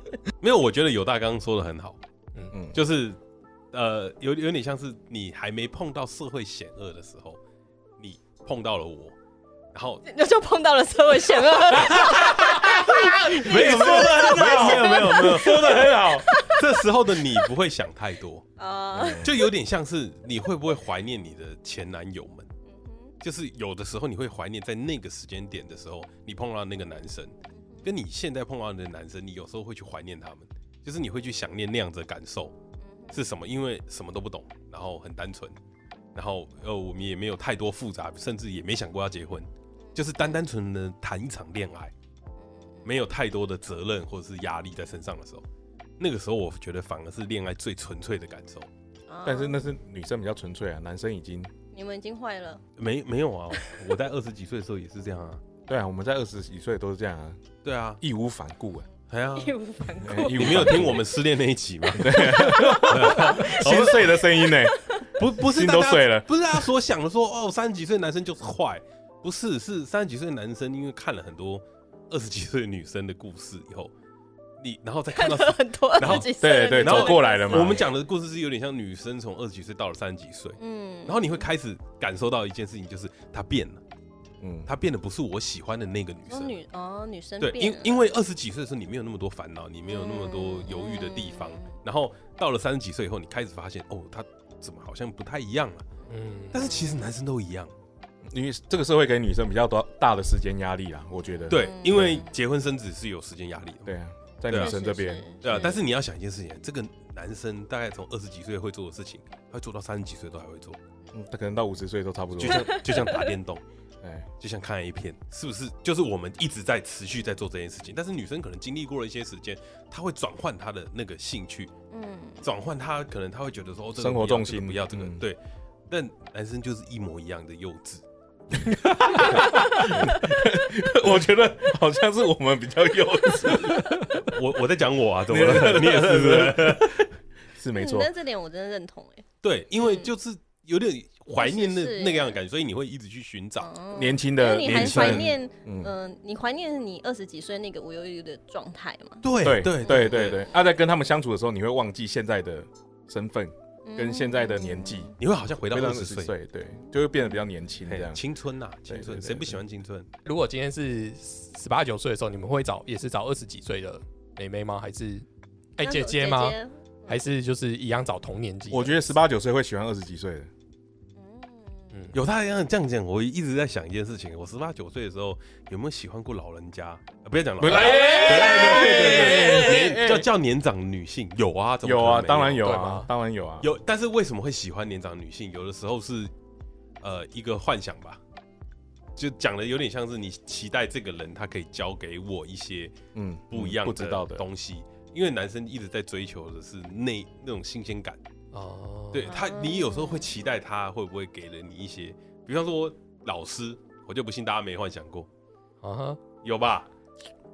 B: <laughs>
E: 没有，我觉得有大刚刚说的很好，
C: 嗯
D: 嗯
E: 就是呃，有有点像是你还没碰到社会险恶的时候，你碰到了我，然后
B: 就就碰到了社会险恶， <laughs>
E: 没有没有没有没有没有说的很好，
D: <laughs>
E: 这时候的你不会想太多，
B: 啊，
D: 嗯
E: 就有点像是你会不会怀念你的前男友们？
B: 嗯
E: 就是有的时候你会怀念在那个时间点的时候，你碰到那个男生，跟你现在碰到的男生，你有时候会去怀念他们，就是你会去想念那样子的感受是什么，因为什么都不懂，然后很单纯，然后呃我们也没有太多复杂，甚至也没想过要结婚，就是单单纯纯的谈一场恋爱，没有太多的责任或者是压力在身上的时候，那个时候我觉得反而是恋爱最纯粹的感受。
D: 但是那是女生比较纯粹啊，男生已经
B: 啊你们已经坏了，
E: 没没有啊，我在二十几岁的时候也是这样啊。
D: 对啊，我们在二十几岁都是这样啊，
E: <laughs> 对 <laughs> 啊，
D: 义无反顾啊，
E: 哎呀、
B: 义无反顾。
D: 你
E: 你没有听我们失恋那一集吗？
D: 心碎的声音呢？
E: 不 <laughs> 不是
D: 心
E: 大家
D: 都碎了
E: 不是大家所想的说哦，三十几岁男生就是坏，不是是三十几岁男生因为看了很多二十几岁的女生的故事以后，你然后再看
B: 看
E: 到
B: 了 <laughs> 很多二
E: 哎然后
B: 十几岁的人，
D: 对对
E: 走
D: 过来了嘛
E: 我们讲的故事是有点像女生从二十几岁到了三十几岁，
B: 嗯
E: 然后你会开始感受到一件事情，就是她变了，
D: 嗯，
E: 她变得不是我喜欢的那个女
B: 哦
E: 生。
B: 女哦女生
E: 对，
B: 变
E: 因
B: 了
E: 因为二十几岁的时候，你没有那么多烦恼，你没有那么多
B: 嗯
E: 犹豫的地方。
B: 嗯
E: 然后到了三十几岁以后，你开始发现，哦，他怎么好像不太一样啊了、
C: 嗯，
E: 但是其实男生都一样，
D: 因为这个社会给女生比较多大的时间压力啦，我觉得。
E: 对，因为结婚生子是有时间压力的嘛，
D: 嗯对啊，在
E: 对啊
D: 女生这边，
E: 对啊。但是你要想一件事情，这个男生大概从二十几岁会做的事情，他会做到三十几岁都还会做，
D: 嗯，她可能到五十岁都差不
E: 就
D: 多。
E: 像就像打电动， <laughs>
D: 哎，
E: 就像看 A 片，是不是？就是我们一直在持续在做这件事情，但是女生可能经历过了一些时间，她会转换她的那个兴趣，
B: 嗯
E: 转换他可能他会觉得说，哦，这个
D: 生活
E: 不要
D: 重
E: 这个
D: 心
E: 不要这个，
D: 嗯
E: 对。但男生就是一模一样的幼稚，
D: 我觉得好像是我们比较幼稚，
E: 我我在讲我
D: <laughs>
E: 啊，怎么了？你也是不是？
D: 是没
B: 嗯
D: 错
B: 那。这点我真的认同哎，
E: 对，因为
B: 嗯
E: 就是有点怀念那
B: 其实是
E: 那个样的感觉，所以你会一直去寻找。
B: 哦
D: 啊年轻
B: 因
D: 的
B: 为你还
D: 女
B: 怀
D: 生，
B: 念，
D: 嗯，
B: 嗯，你怀念你二十几岁那个无忧无虑的状态嘛？
E: 对
D: 对对
E: 对
D: 对对对，啊，在跟他们相处的时候，你会忘记现在的身份
B: 嗯
D: 跟现在的年纪，
E: 你会好像回到
D: 回
E: 二
D: 到
E: 十
D: 十
E: 岁，
D: 岁，对，就会变得比较年轻这
E: 嘿
D: 样。
E: 青春呐，青
D: 对对
E: 春，
D: 对
E: 谁不喜欢青春？
C: 如果今天是十八九岁的时候，你们会找也是找二十几岁的妹妹吗？还是哎、
B: 那
C: 姐
B: 种
C: 姐吗？还是就是一样找同年纪？
D: 我觉得十八九岁会喜欢二十几岁的，
B: 嗯
C: 嗯嗯
E: 有他这样这样讲，我一直在想一件事情：我十八九岁的时候有没有喜欢过老人家？啊不要讲老人家，对对对对对叫叫年长女性有啊，怎么
D: 哎
E: 可
D: 有
E: 能没
D: 啊，当然有
C: 对
D: 啊
C: 吗，
D: 当然有啊，
E: 有，但是为什么会喜欢年长女性？有的时候是呃一个幻想吧，就讲的有点像是你期待这个人他可以教给我一些
D: 嗯，
E: 不一样
D: 不知道的，
E: 东西，因为男生一直在追求的是那那种新鲜感。
C: 哦，
E: 对他，你有时候会期待他会不会给了你一些，比方说老师，我就不信大家没幻想过，
C: 啊哈，
E: 有吧？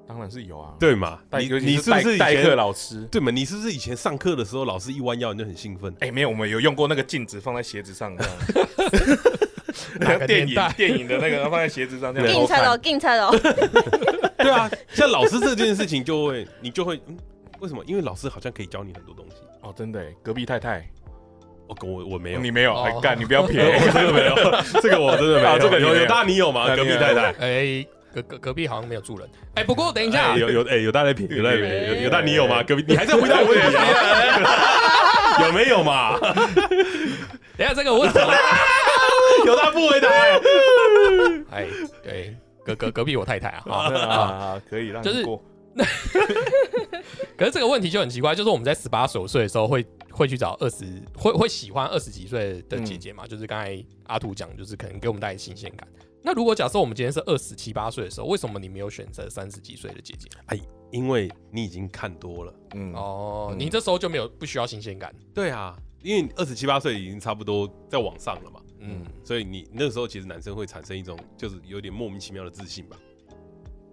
D: 当然是有啊。
E: 对嘛？
D: 代，
E: 你
D: 尤其
E: 你是不
D: 代
E: 是以
D: 代课
E: 前
D: 老师？
E: 对嘛？你是不是以前上课的时候，老师一弯腰你就很兴
D: <laughs>
E: 奋？
D: 哎、没有，我们有用过那个镜子放在鞋子上，这 <laughs>
C: 哪
D: 样那
C: 个年
D: 个电影
C: 代
D: 电影的那个放在鞋子上这样
B: 竞
D: 偷
B: 猜
D: 看
B: 到，竞
C: <laughs>
B: 猜到，
E: 对啊，像老师这件事情就会，你就会嗯，为什么？因为老师好像可以教你很多东西。
D: 哦，真的耶，隔壁太太，
E: 哦，跟我我没有，
D: 你没有，
C: 哦
D: 哎、干，你不要
C: <laughs>
D: 撇，
E: <laughs> 我这个没有，这个我真的没
D: 啊
E: 有，
D: 这个你
E: 有
D: 没
E: 有
D: 有
E: 大你有吗？
D: 啊
E: 隔壁
D: 你没有
E: 太太。
C: 哎，隔隔隔壁好像没有住人，哎，不过等一下
E: 哎，有有哎、有大在品，有大在品，有有有大
D: 哎
E: 你有吗？隔壁你还在回答我问题啊？ <laughs> 有没有嘛？
C: 等一下这个我怎么？
E: 有大不回答、哎
C: 哎，对，隔隔隔壁我太太啊，
E: <laughs>
D: 啊
C: 啊
D: 啊，可以让
C: 就是
D: 你过，
C: 可是这个问题就很奇怪，就是我们在十八九岁的时候会会去找二十，会会喜欢二十几岁的姐姐嘛？就是刚才阿土讲，就是可能给我们带来新鲜感。那如果假设我们今天是二十七八岁的时候，为什么你没有选择三十几岁的姐姐？
E: <laughs> 因为你已经看多了。
D: 嗯，
C: 哦，
D: 嗯
C: 你这时候就没有不需要新鲜感。
E: 对啊，因为你二十七八岁已经差不多在往上了嘛，
C: 嗯，
E: 所以你那时候其实男生会产生一种就是有点莫名其妙的自信吧，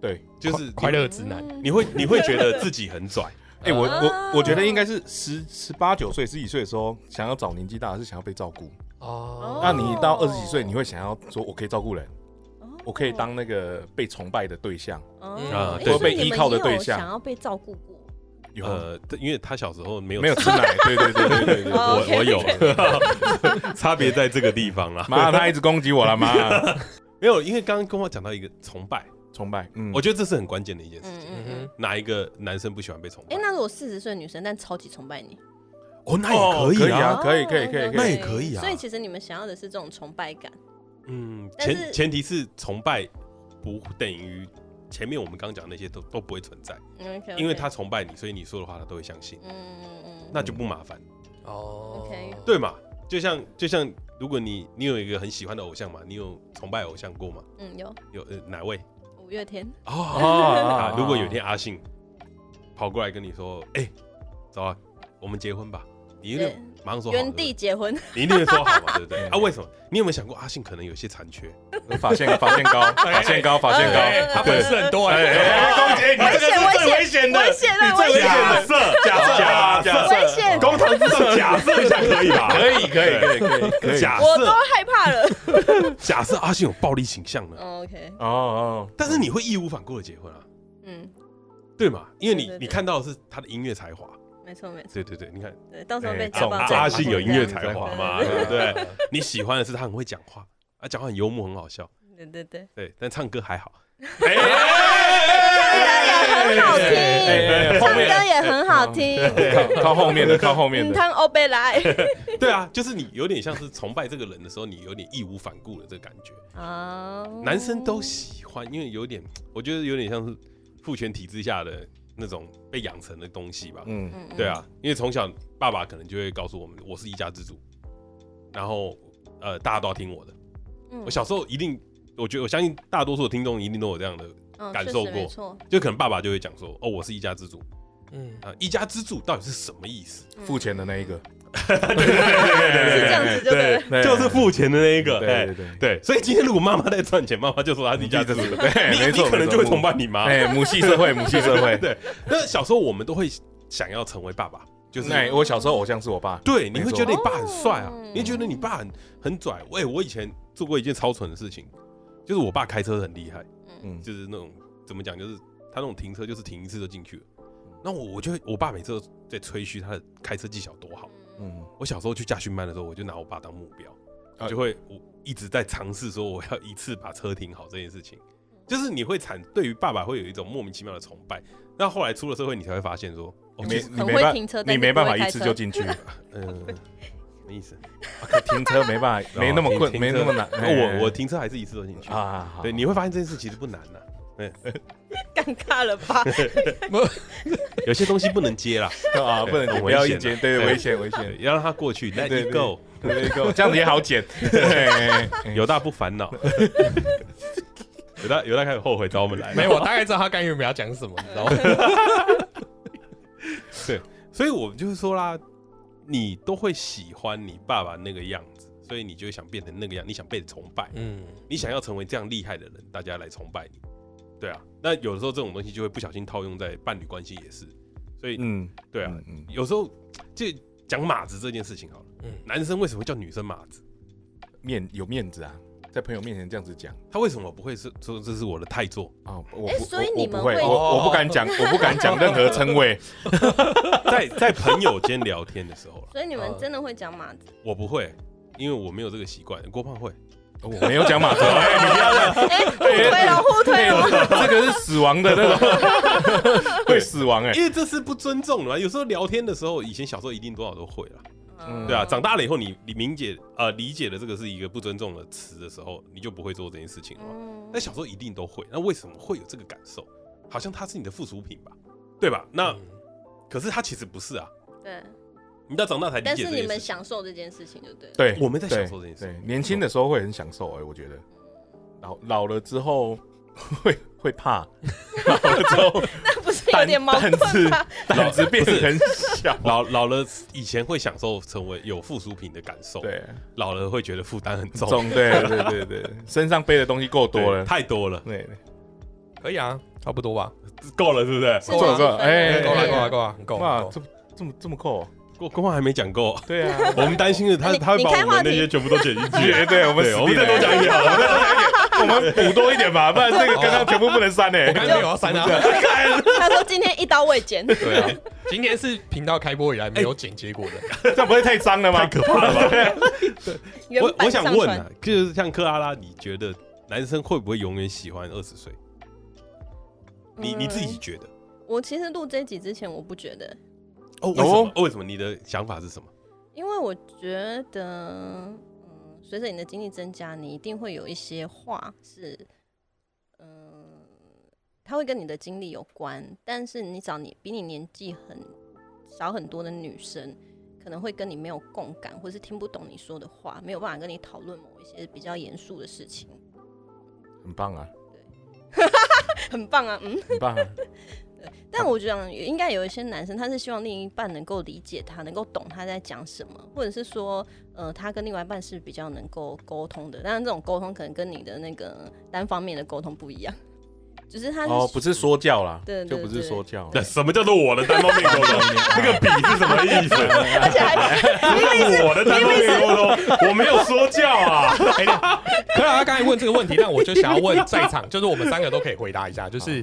D: 对，
E: 就是你
C: 快，乐直男。
B: 嗯
E: 你会你会觉得自己很 <laughs> 拽，
D: 哎、我
C: 啊
D: 我我觉得应该是十十八九岁、十几岁的时候，想要找年纪大的是想要被照顾。
C: 哦，
D: 那你到二十几岁，你会想要说，我可以照顾人，
B: 哦
D: 我可以当那个被崇拜的对象。
C: 嗯
B: 哦
E: 啊对
B: 诶所以
D: 被
B: 你们
D: 依靠的
B: 也有
D: 对象
B: 想要被照顾过。
D: 有、
E: 呃，因为他小时候没有
D: 没有吃奶？对对对对对对。
B: 哦
E: 我
B: OK，
E: 我有， <laughs> 差别在这个地方啦。
D: 妈，他一直攻击我了，妈，
E: <laughs> 没有，因为刚刚跟我讲到一个崇拜，
D: 崇拜，嗯，
E: 我觉得这是很关键的一件事情。
C: 嗯
B: 嗯嗯。
C: 哼，
E: 哪一个男生不喜欢被崇拜？
B: 哎，那如果四十岁的女生，但超级崇拜你，
E: 哦，那
D: 哦
E: 也可以啊。
B: 哦
D: 可以可以可以
B: OK，OK
E: 那也可以啊
B: 所以其实你们想要的是这种崇拜感，
E: 嗯，
B: 但
E: 前
B: 是
E: 前提是崇拜不等于前面我们刚讲的那些都都不会存在，
B: 嗯，OK，OK
E: 因为他崇拜你，所以你说的话他都会相信，
B: 嗯嗯嗯，
E: 那就不麻烦，
C: 哦
B: OK
E: 对嘛？就像就像如果你你有一个很喜欢的偶像嘛，你有崇拜偶像过吗？
B: 嗯有
E: 有呃哪位？
B: 五月天，
E: 哦啊
D: 啊，
E: 如果有一天阿信跑过来跟你说，哎、走啊，我们结婚吧，你一
B: 对
E: 定马上说好
B: 原地， <laughs> 结婚，
E: 对不对你一定会说好嘛，对不 <laughs> 对？呃
D: 对
E: 啊，为什么？你有没有想过阿信可能有些残缺？
D: 发现发现高，发现高，发现
C: 哎
D: 高，
C: 他粉丝很多哎。
D: 攻击你这个是最危险的，
B: 危险了，
D: 你最危
B: 危
D: 险
B: 险啊
D: 的
B: 了，
D: 设假设假设，
B: 危险，
E: 公堂之上假设一下可以吧？
D: 可以可以可以可以可以，
E: 假
B: 我都
E: 设
B: 害怕 <laughs> 了。
E: 假设阿信有暴力倾向呢，
B: 哦 OK，
D: 哦哦，
E: 但是你会义无反顾的结婚啊，
B: 嗯，
E: 对嘛？因为
B: 对
E: 你
B: 对对
E: 你看到的是他的音乐才华，
B: 没错没错，
E: 对对对，你看
B: 对，到时候被
D: 哎
B: 家暴
E: 阿
D: 中
E: 阿
B: 炸
E: 信有音乐才华嘛，
B: 对
E: 对不对？你喜欢的是他很会讲话，啊，讲话很幽默，很好笑，
B: 对对对，
E: 对，但唱歌还好。
B: 很好听，
D: 后
B: 唱
D: 面
B: 歌也很好听，
D: 靠靠后面的，靠后面
B: 嗯，
D: 的，
B: 汤欧贝来
E: 对啊，就是你有点像是崇拜这个人的时候，你有点义无反顾的这个感觉。
B: 啊，
E: 男生都喜欢，因为有点，我觉得有点像是父权体制下的那种被养成的东西吧。
D: 嗯，
B: 嗯，嗯
E: 对，啊，因为从小爸爸可能就会告诉我们，我是一家之主，然后呃，大家都要听我的。
B: 嗯
E: 我小时候一定，我觉得我相信大多数的听众一定都有这样的，
B: 嗯
E: 感
B: 确
E: 受
B: 实
E: 过
B: 没错，
E: 就可能爸爸就会讲说，哦，我是一家之主
C: 嗯，
E: 啊、一家之主到底是什么意思？
D: 付钱的那一
E: <laughs>
D: 个，
B: 嗯是这样
E: 哎
B: 子就对了。
D: 对
E: 就是付钱的那一个，
D: 对
E: 哎
D: 对对
E: 对，所以今天如果妈妈在赚钱，妈妈就说她是一家之主，
D: <laughs> 对，
E: 你
D: 没
E: 你
D: 错，
E: 可能就会崇拜你妈。
D: 哎，母系社会，母系社会。
E: <laughs> 对，那小时候我们都会想要成为爸爸，就是
D: 那我小时候偶像是我爸，
E: 对，你会
D: 没错
E: 觉得你爸很帅啊，
B: 哦
E: 你会觉得你爸很很拽。喂、我以前做过一件超蠢的事情，就是我爸开车很厉害，
D: 嗯，
E: 就是那种怎么讲，就是他那种停车就是停一次就进去了。
D: 嗯
E: 那我我就会，我爸每次都在吹嘘他的开车技巧多好。
D: 嗯，
E: 我小时候去驾训班的时候，我就拿我爸当目标，
D: 啊
E: 就会我一直在尝试说我要一次把车停好这件事情。就是你会产对于爸爸会有一种莫名其妙的崇拜。那后来出了社会，你才会发现说，哦
D: 你没
E: 其实
D: 你
B: 很
D: 没
B: 会
D: 办
B: 停车但
D: 你
B: 是
D: 没
B: 不
E: <laughs>
D: 办
B: 会
D: 法
B: 开
D: 一次
B: 车
D: 就进去，
E: 嗯，么意思？哦
D: 可停车没办法，没那么困，
E: 停
D: 没
E: 停
D: 那
E: 车 <laughs>
D: 么难。哎
E: 我我停车还是一次都进去
D: 啊，好好
E: 对，你会发现这件事其实不难呐、
B: 尴尬了
E: <laughs>
B: 吧？
E: 有些东西不能接啦，
D: 啊，不能
E: 很
D: 不
E: 危
D: 要
E: 险
D: 一
E: 啊
D: 间，对，
E: 对
D: 危险危
E: 对
D: 险，
E: 要让它过去，Let
D: 对
E: it go，
D: <laughs> 对一个这样子也好
E: <laughs>
D: 剪。哎对
E: 有大不烦恼。 <laughs> 有大有大开始后悔找我们来了，
C: 没有，我大概知道他甘玉梅要讲什么，你知 <laughs>
E: <laughs>
C: 道吗？
E: 所以我就是说啦，你都会喜欢你爸爸那个样子，所以你就想变成那个样，你想被崇拜，
C: 嗯，
E: 你想要成为这样厉害的人，大家来崇拜你，对啊。那有的时候这种东西就会不小心套用在伴侣关系也是，所以
D: 嗯，
E: 对啊，
D: 嗯，嗯
E: 有时候就讲马子这件事情好了，
C: 嗯
E: 男生为什么会叫女生马子？
D: 面有面子啊，在朋友面前这样子讲
E: 他为什么不会是说这是我的太座？
D: 啊，我
B: 哎
D: 不
B: 所以
D: 我
B: 你
D: 我不
B: 们
D: 会，
B: 会
D: 我我不敢讲，我不敢讲任何称谓。
E: <laughs> 在在朋友间聊天的时候啦，
B: 所以你们真的会讲马子？
E: <laughs> 我不会，因为我没有这个习惯。郭胖会，
D: 我没有讲马 <laughs> 子，哎，你不
B: 哎、
D: 要
B: 互推了，互推了。
D: 这个是死亡的那种， <laughs> 会死亡哎、
E: 因为这是不尊重的嘛。有时候聊天的时候，以前小时候一定多少都会啦。
D: 嗯
E: 对啊，长大了以后你，你明解呃理解了这个是一个不尊重的词的时候，你就不会做这件事情了嘛。
B: 嗯
E: 但小时候一定都会，那为什么会有这个感受？好像它是你的附属品吧，对吧？那、
C: 嗯
D: 嗯
E: 可是它其实不是啊，
B: 对，
E: 你到长大才理
B: 但
E: 解
B: 是
E: 这
B: 你
E: 件
B: 们
E: 事情。
B: 享受这件事情就对了。
D: 对，
E: 我们在
D: 对
E: 享受这件事
D: 对
E: 情，
D: 年轻的时候会很享受哎、我觉得老老了之后会 <laughs> 会怕，老了之后
B: 那 <laughs> 不是有点矛
D: 胆胆子
B: 盾吗？
D: 胆子变得很小，
E: 老老了以前会享受成为有附属品的感受，，
D: 对，
E: 老了会觉得负担很重，
D: 重对对对对，身上背的东西够多
E: 对
D: 了，
E: 太多了，
D: 对，
C: 可以啊，差不多吧，
E: 够了，是不是？
B: 是
D: 够了够了
B: 这样
D: 哎
B: 子
C: 够了
B: 分
C: 够
B: 的
C: 了够了，很够
D: 哇
C: 了，，
D: 这这么这么够，
E: 郭郭胖还没讲够，
D: 对啊，
E: <laughs> 我们担心的他
B: 你
E: 他会
B: 你
E: 把
B: 开
E: 我们
B: 话
E: 那
B: 题
E: 些全部都剪进去，
D: 对对，我们
E: <laughs> 对，我们
D: 再
E: 再多讲一点好了。
D: 我们补多一点吧，不然这个刚刚全部不能删哎、
C: 我刚才没有要删啊，
B: 他说今天一刀未 <laughs> 剪，
C: 对啊， <laughs> 今天是频道开播以来没有剪结果
D: <laughs>
C: 的，
D: 这样不会太脏了吗？太可怕了吧！
B: 原
E: 我我
B: 版
E: 想
B: 上
E: 问
B: 传
E: 啊，就是像克拉拉，你觉得男生会不会永远喜欢二十岁？你你自己
B: 嗯
E: 觉得？
B: 我其实录这一集之前我不觉得，
E: 哦，为什么？哦为什么？你的想法是什么？
B: 因为我觉得，嗯，随着你的经历增加，你一定会有一些话是，嗯，它会跟你的经历有关，但是你找你比你年纪很小很多的女生，可能会跟你没有共感，或是听不懂你说的话，没有办法跟你讨论某一些比较严肃的事情。
D: 很棒啊，
B: 很棒啊，嗯。
D: 很棒啊，
B: 但我觉得应该有一些男生，他是希望另一半能够理解他，能够懂他在讲什么，或者是说，呃，他跟另外一半是比较能够沟通的。当然，这种沟通可能跟你的那个单方面的沟通不一样，只是他是、
D: 哦，不是说教啦，
B: 对对
D: 就不是说教，
E: 那什么叫做我的单方面沟 <laughs> 通？这个比是什么意思？
B: 而且还
E: 我的单方面沟 <laughs> 通，我没有说教啊。
D: 哎
C: <laughs> 可啊是他刚才问这个问题，但我就想要问在场，就是我们三个都可以回答一下，就是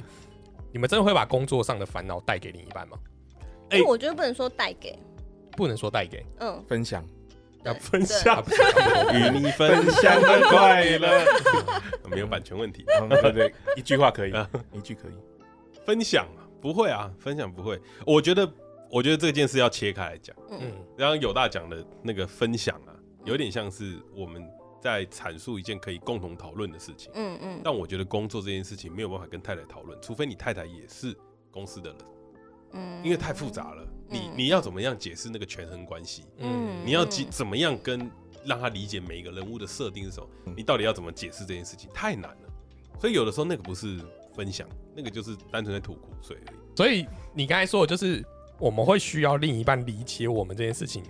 C: 你们真的会把工作上的烦恼带给另一半吗？
E: 哎
B: 因为我觉得不能说带给，
C: 不能说带给，
B: 嗯，
D: 分享
C: 要
B: 对
C: 分
B: 对
C: 享，不是差不多
E: 与你分享的快 <laughs> 乐，没有版权问题。
D: 嗯对对，一句话可以
E: 啊，
D: 一句可以，
E: 分享啊，不会啊，分享不会。我觉得，我觉得这件事要切开来讲。
C: 嗯
E: 刚刚有大讲的那个分享啊，有点像是我们在阐述一件可以共同讨论的事情。
B: 嗯嗯，
E: 但我觉得工作这件事情没有办法跟太太讨论，除非你太太也是公司的人，
B: 嗯
E: 因为太复杂了。你
B: 嗯
E: 你要怎么样解释那个权衡关系？
C: 嗯
B: 嗯，
E: 你要解怎么样跟让他理解每一个人物的设定是什么？
B: 嗯
E: 你到底要怎么解释这件事情？太难了。所以有的时候那个不是分享，那个就是单纯在吐苦水而已。
C: 所以你刚才说的就是我们会需要另一半理解我们这件事情。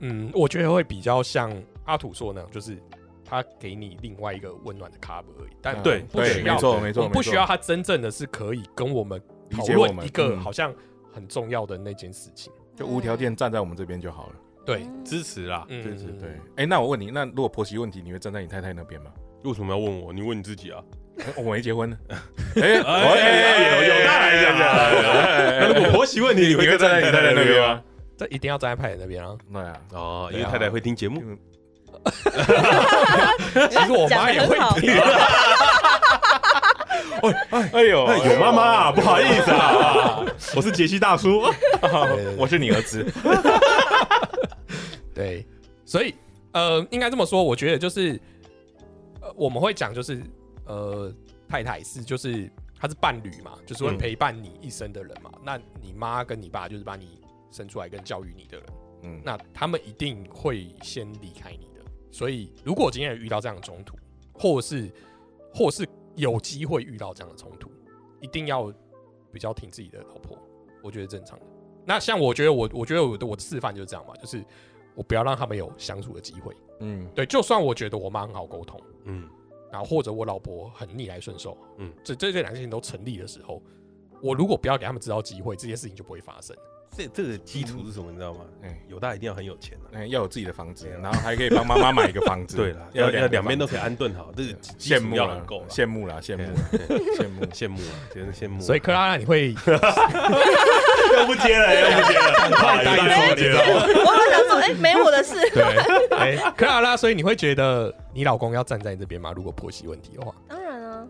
C: 嗯，我觉得会比较像阿土说的那样，就是他给你另外一个温暖的 cover 而已，但
D: 嗯
E: 对
C: 不
D: 对，
C: 需要
D: 没错没
C: 我
D: 错，
C: 们不
D: 没错
C: 需要他真正的是可以跟我们
D: 理
C: 讨
D: 解我
C: 论
D: 们
C: 一个
D: 嗯
C: 好像很重要的那件事情。
D: 就无条件站在我们这边就好了，
C: 对，
E: 支持啦，
C: 嗯，
D: 对对对。哎，那我问你，那如果婆媳问题，你会站在你太太那边吗？
E: 为什么要问我？你问你自己啊。
D: 哎我没结婚呢，哎
E: 哎有有大来讲那哎如果婆媳问题，你
D: 你会站在你太太那边吗？？
C: 这一定要站在派人那边啊。
D: 对啊，
E: 哦，因为太太会听节目，
C: 其实我妈也会听，啊
D: 哎呦，
E: 哎有妈妈啊，不好意思啊，我是杰西大叔。
D: 我是你儿子，
C: 对，所以呃，应该这么说，我觉得就是呃，我们会讲就是呃，太太是就是她是伴侣嘛，就是会
E: 嗯
C: 陪伴你一生的人嘛。那你妈跟你爸就是把你生出来跟教育你的人，
D: 嗯，
C: 那他们一定会先离开你的。所以如果今天有遇到这样的冲突，或是或是有机会遇到这样的冲突，一定要比较挺自己的老婆，我觉得正常的。那像我觉得我我觉得我的我的示范就是这样嘛，就是我不要让他们有相处的机会。
D: 嗯
C: 对，就算我觉得我妈很好沟通，
E: 嗯，
C: 然后或者我老婆很逆来顺受，嗯
E: 嗯，
C: 这这这两件事情都成立的时候，我如果不要给他们制造机会，这些事情就不会发生。
E: 这这个基础是什么？你知道吗？
D: 哎
E: 有大一定要很有钱啊。
D: 哎，要有自己的房子，
E: 对啊
D: 然后还可以帮妈妈买一个房子。
E: <laughs> 对了，
D: 要
E: 要
D: 有
E: 要两边
D: 个房
E: 都
D: 子
E: 可以安顿好，这个基
D: 羡
E: 基
D: 慕
E: 础要
D: 了
E: 很够，了。嗯
D: 羡慕了，羡慕
E: 啊 <laughs>
D: 了，羡慕。
E: 羡慕啊，真的羡慕啊。
C: 所以克拉拉，你会
E: 又不接 <laughs> 了，又不接了，哎太
C: 大了
E: 不接了。
B: 我就想说，哎、没我的事。 <laughs>
C: 对，哎、克拉拉，所以你会觉得你老公要站在你这边吗？如果婆媳问题的话，
B: 当然啊，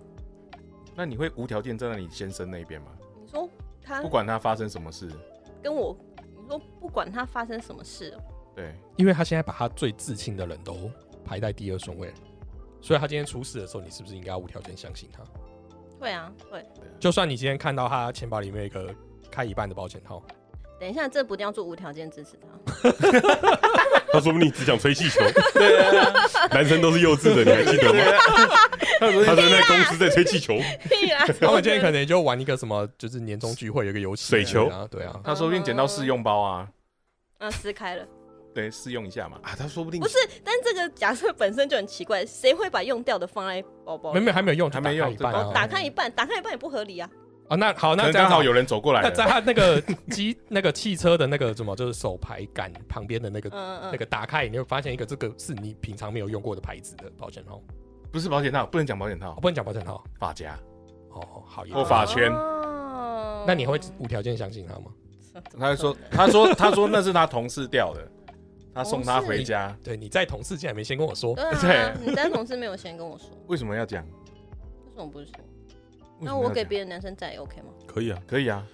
D: <laughs> 那你会无条件站在你先生那边吗？
B: 你说他
D: 不管他发生什么事，
B: 跟我，你说不管他发生什么事，哦
D: 对，
C: 因为他现在把他最至亲的人都排在第二顺位了，所以他今天出事的时候，你是不是应该要无条件相信他？
B: 会啊会。
C: 就算你今天看到他钱包里面有一个开一半的保险
D: <laughs>
C: 套，
B: 等一下，这不一定要做无条件支持他。 <laughs>
E: 他说不定只想吹气球。男生都是幼稚的，你还记得吗？啊
D: <laughs>
E: 他说在公司在吹气球，
C: <laughs>
B: 屁啦！
C: 他们今天可能就玩一个什么，就是年终聚会有一个游戏
E: 水球
C: 啊，对啊，
D: 他说不定捡到试用包啊，
B: <laughs> 啊撕开
C: 嗯
B: 了，
D: 对，试用一下嘛。
E: 啊，他说不定
B: 不是，但这个假设本身就很奇怪，谁会把用掉的放在包包
C: 没
B: 里？
C: 没有还没有用，
D: 还没用
C: 就打开一半
B: 哦
C: 啊，
B: 打开一半，打开一半也不合理啊。
C: 啊，那好，
D: 可
C: 那
D: 能
C: 这样
D: 刚好
C: 有。
D: 有人走过来
C: 那
D: 了，
C: 在他那个机那个汽车的那个什么，就是手排杆旁边的那个
B: 嗯嗯
C: 那个打开，你会发现一个这个是你平常没有用过的牌子的保险套，
D: 不是保险套，不能讲保险套
C: 我，不能讲保险套
D: 发夹。
C: 哦，好，也
D: 或
C: 对
D: 法圈
B: 哦
C: 那你会无条件相信他吗？
D: 他就说，他说，他说那是他同事掉的，他送他
B: 同事
D: 回家，
C: 对，你在同事竟然没先跟我说，
B: 对啊，你但同事没有先跟我说，
D: 为什么要讲？
B: 为什么不是说？
D: 为什
B: 那
D: 么要
B: 我
D: 讲
B: 给别的男生在也 OK 吗？
E: 可以啊，
D: 可以啊，